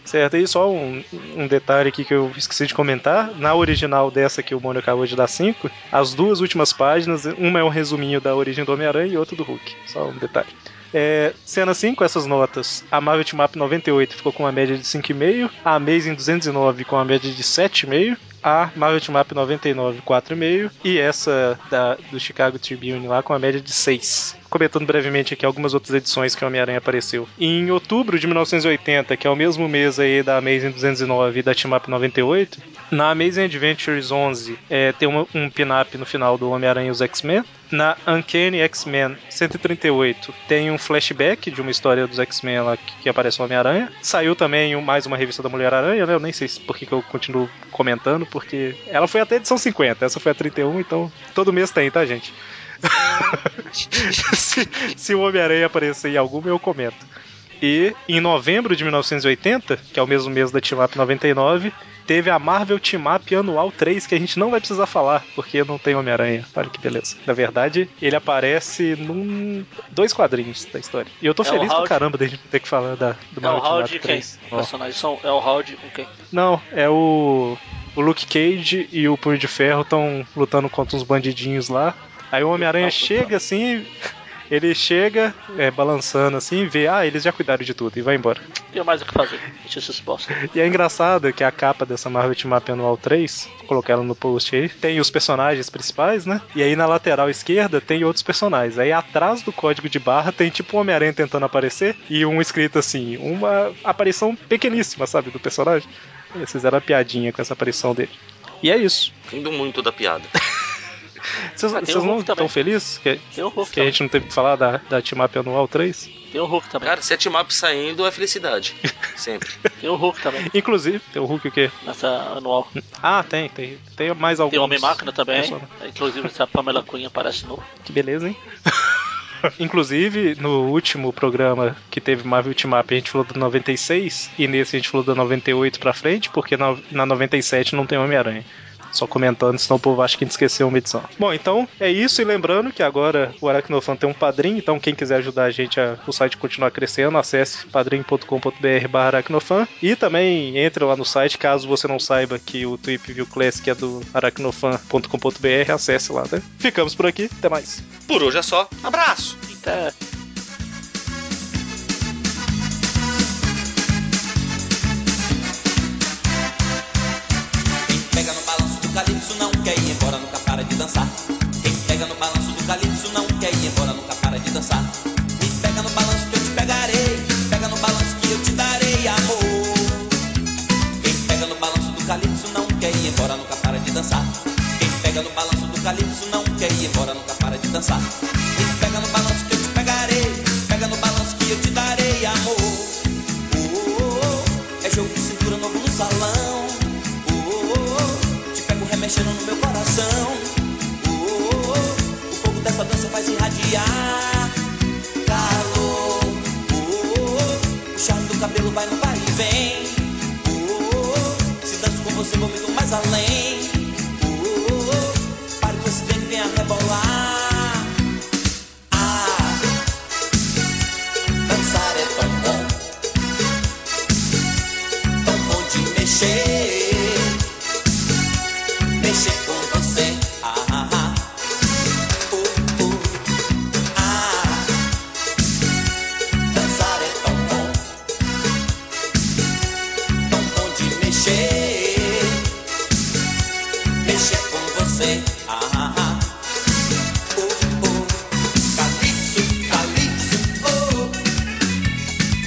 Certo, e só um, um detalhe aqui que eu esqueci de comentar. Na original dessa que o Mônio acabou de dar 5, as duas últimas páginas, uma é um resuminho da origem do Homem-Aranha e outra do Hulk. Só um detalhe. É, cena 5, essas notas. A Marvel Team Up 98 ficou com uma média de 5,5. A Amazing 209 com uma média de 7,5. A Marvel Team Up 99, 4,5. E essa da, do Chicago Tribune lá com uma média de 6. Comentando brevemente aqui algumas outras edições que o Homem-Aranha apareceu. Em outubro de 1980, que é o mesmo mês aí da Amazing 209 e da Team Up 98, na Amazing Adventures 11 é, tem uma- um pin-up no final do Homem-Aranha e os X-Men. Na Uncanny X-Men 138 tem um flashback de uma história dos X-Men lá que, que aparece o Homem-Aranha. Saiu também um- mais uma revista da Mulher-Aranha, né? Eu nem sei se- por que, que eu continuo comentando, porque ela foi até a edição 50, essa foi a 31, então todo mês tem, tá, gente? se, se o Homem-Aranha aparecer em alguma, eu comento. E em novembro de 1980, que é o mesmo mês da Team Up 99, teve a Marvel Team Up Anual 3, que a gente não vai precisar falar, porque não tem Homem-Aranha. Olha que beleza. Na verdade, ele aparece num. dois quadrinhos da história. E eu tô É o feliz pra Howard- caramba de ter que falar da, do É Marvel o Team round Up de quem? 3. O personagem são, é o round com quem? Não, é o. O Luke Cage e o Punho de Ferro estão lutando contra uns bandidinhos lá. Aí o Homem-Aranha Ah, chega assim. Ele chega é, balançando assim e vê, ah, eles já cuidaram de tudo e vai embora. Tem mais o que fazer. Deixa esses bosta. E é engraçado que a capa dessa Marvel Team Up Anual 3, vou colocar ela no post aí, tem os personagens principais, né? E aí na lateral esquerda tem outros personagens. Aí atrás do código de barra tem tipo um Homem-Aranha tentando aparecer e um escrito assim, uma aparição pequeníssima, sabe, do personagem. Eles fizeram a piadinha com essa aparição dele. E é isso. Indo muito da piada. Vocês Ah, tem vocês o não Hulk também. estão felizes que, Tem o Hulk que a também. gente não teve que falar da, da Team Up Anual 3? Tem o Hulk também. Cara, 7 maps saindo é felicidade. Sempre. Tem o Hulk também. Inclusive, tem o Hulk o quê? Nessa anual. Ah, tem, tem. Tem mais alguns. Tem o Homem-Máquina também. personagens. Inclusive, essa Pamela Cunha aparece no. Que beleza, hein? Inclusive, no último programa que teve Marvel Team Up, a gente falou do 96, e nesse a gente falou do 98 pra frente, porque na, na 97 não tem Homem-Aranha. Só comentando, senão o povo acha que a gente esqueceu uma edição. Bom, então é isso, e lembrando que agora o Aracnofan tem um padrinho, então quem quiser ajudar a gente a o site continuar crescendo, acesse padrim.com.br barra aracnofan e também entre lá no site, caso você não saiba que o Tweep View Classic é do aracnofan.com.br, acesse lá, né? Ficamos por aqui, até mais. Por hoje é só. Abraço! Até Pega no balanço do calypso, não quer ir embora, nunca para de dançar. Calypso não quer ir embora, nunca para de dançar. Me pega no balanço que eu te pegarei. Me pega no balanço que eu te darei, amor. Oh, oh, oh. É jogo de cintura novo no salão. Oh, oh, oh. Te pego remexendo no meu coração. Oh, oh, oh. O fogo dessa dança faz irradiar. Calor. Oh, oh, oh. O charme do cabelo vai no vai e vem. Oh, oh, oh. Se danço com você, vou muito mais além. Oh, oh, oh. Pare com esse trem, venha rebolar. Ah, dançar é tão bom, tão bom de mexer, mexer com você. Ah, ah, ah. Oh, oh. Ah, dançar é tão bom, tão bom de mexer, mexer com você. Ah, ah, ah. Oh, oh. Calypso, calypso, oh.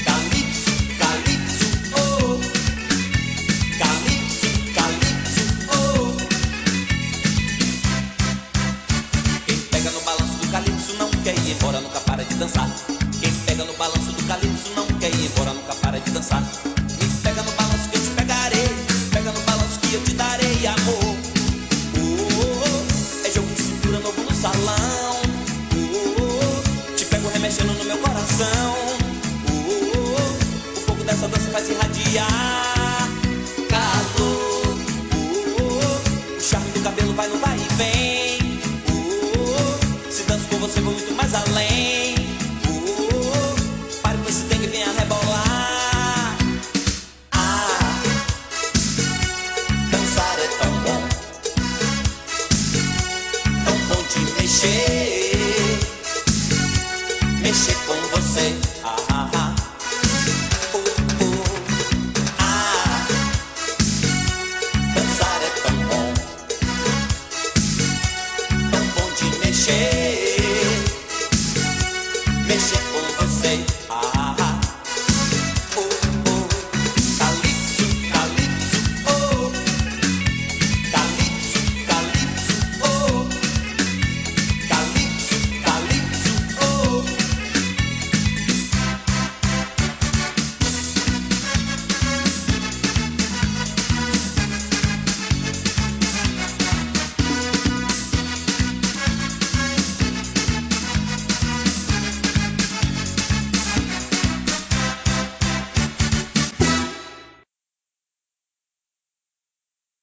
Calypso, calypso, oh. Calypso, calypso, oh. Quem pega no balanço do calypso não quer ir embora, nunca para de dançar. Quem pega no balanço do calypso não quer ir embora, nunca para de dançar. Me pega no balanço que eu te pegarei, me pega no balanço que eu te darei amor. Oh, oh, oh, é jogo de cintura novo no salão. Oh, oh, oh, te pego remexendo no meu coração. Oh, oh, oh, o fogo dessa dança faz irradiar. Calor, oh, oh, oh, o charme do Uh, cabelo vai no vai e vem. Oh, oh, oh, se danço com você vou muito mais além. uh, Ah, é Ah, Uh, Ah. é Ah, Oh, oh. oh.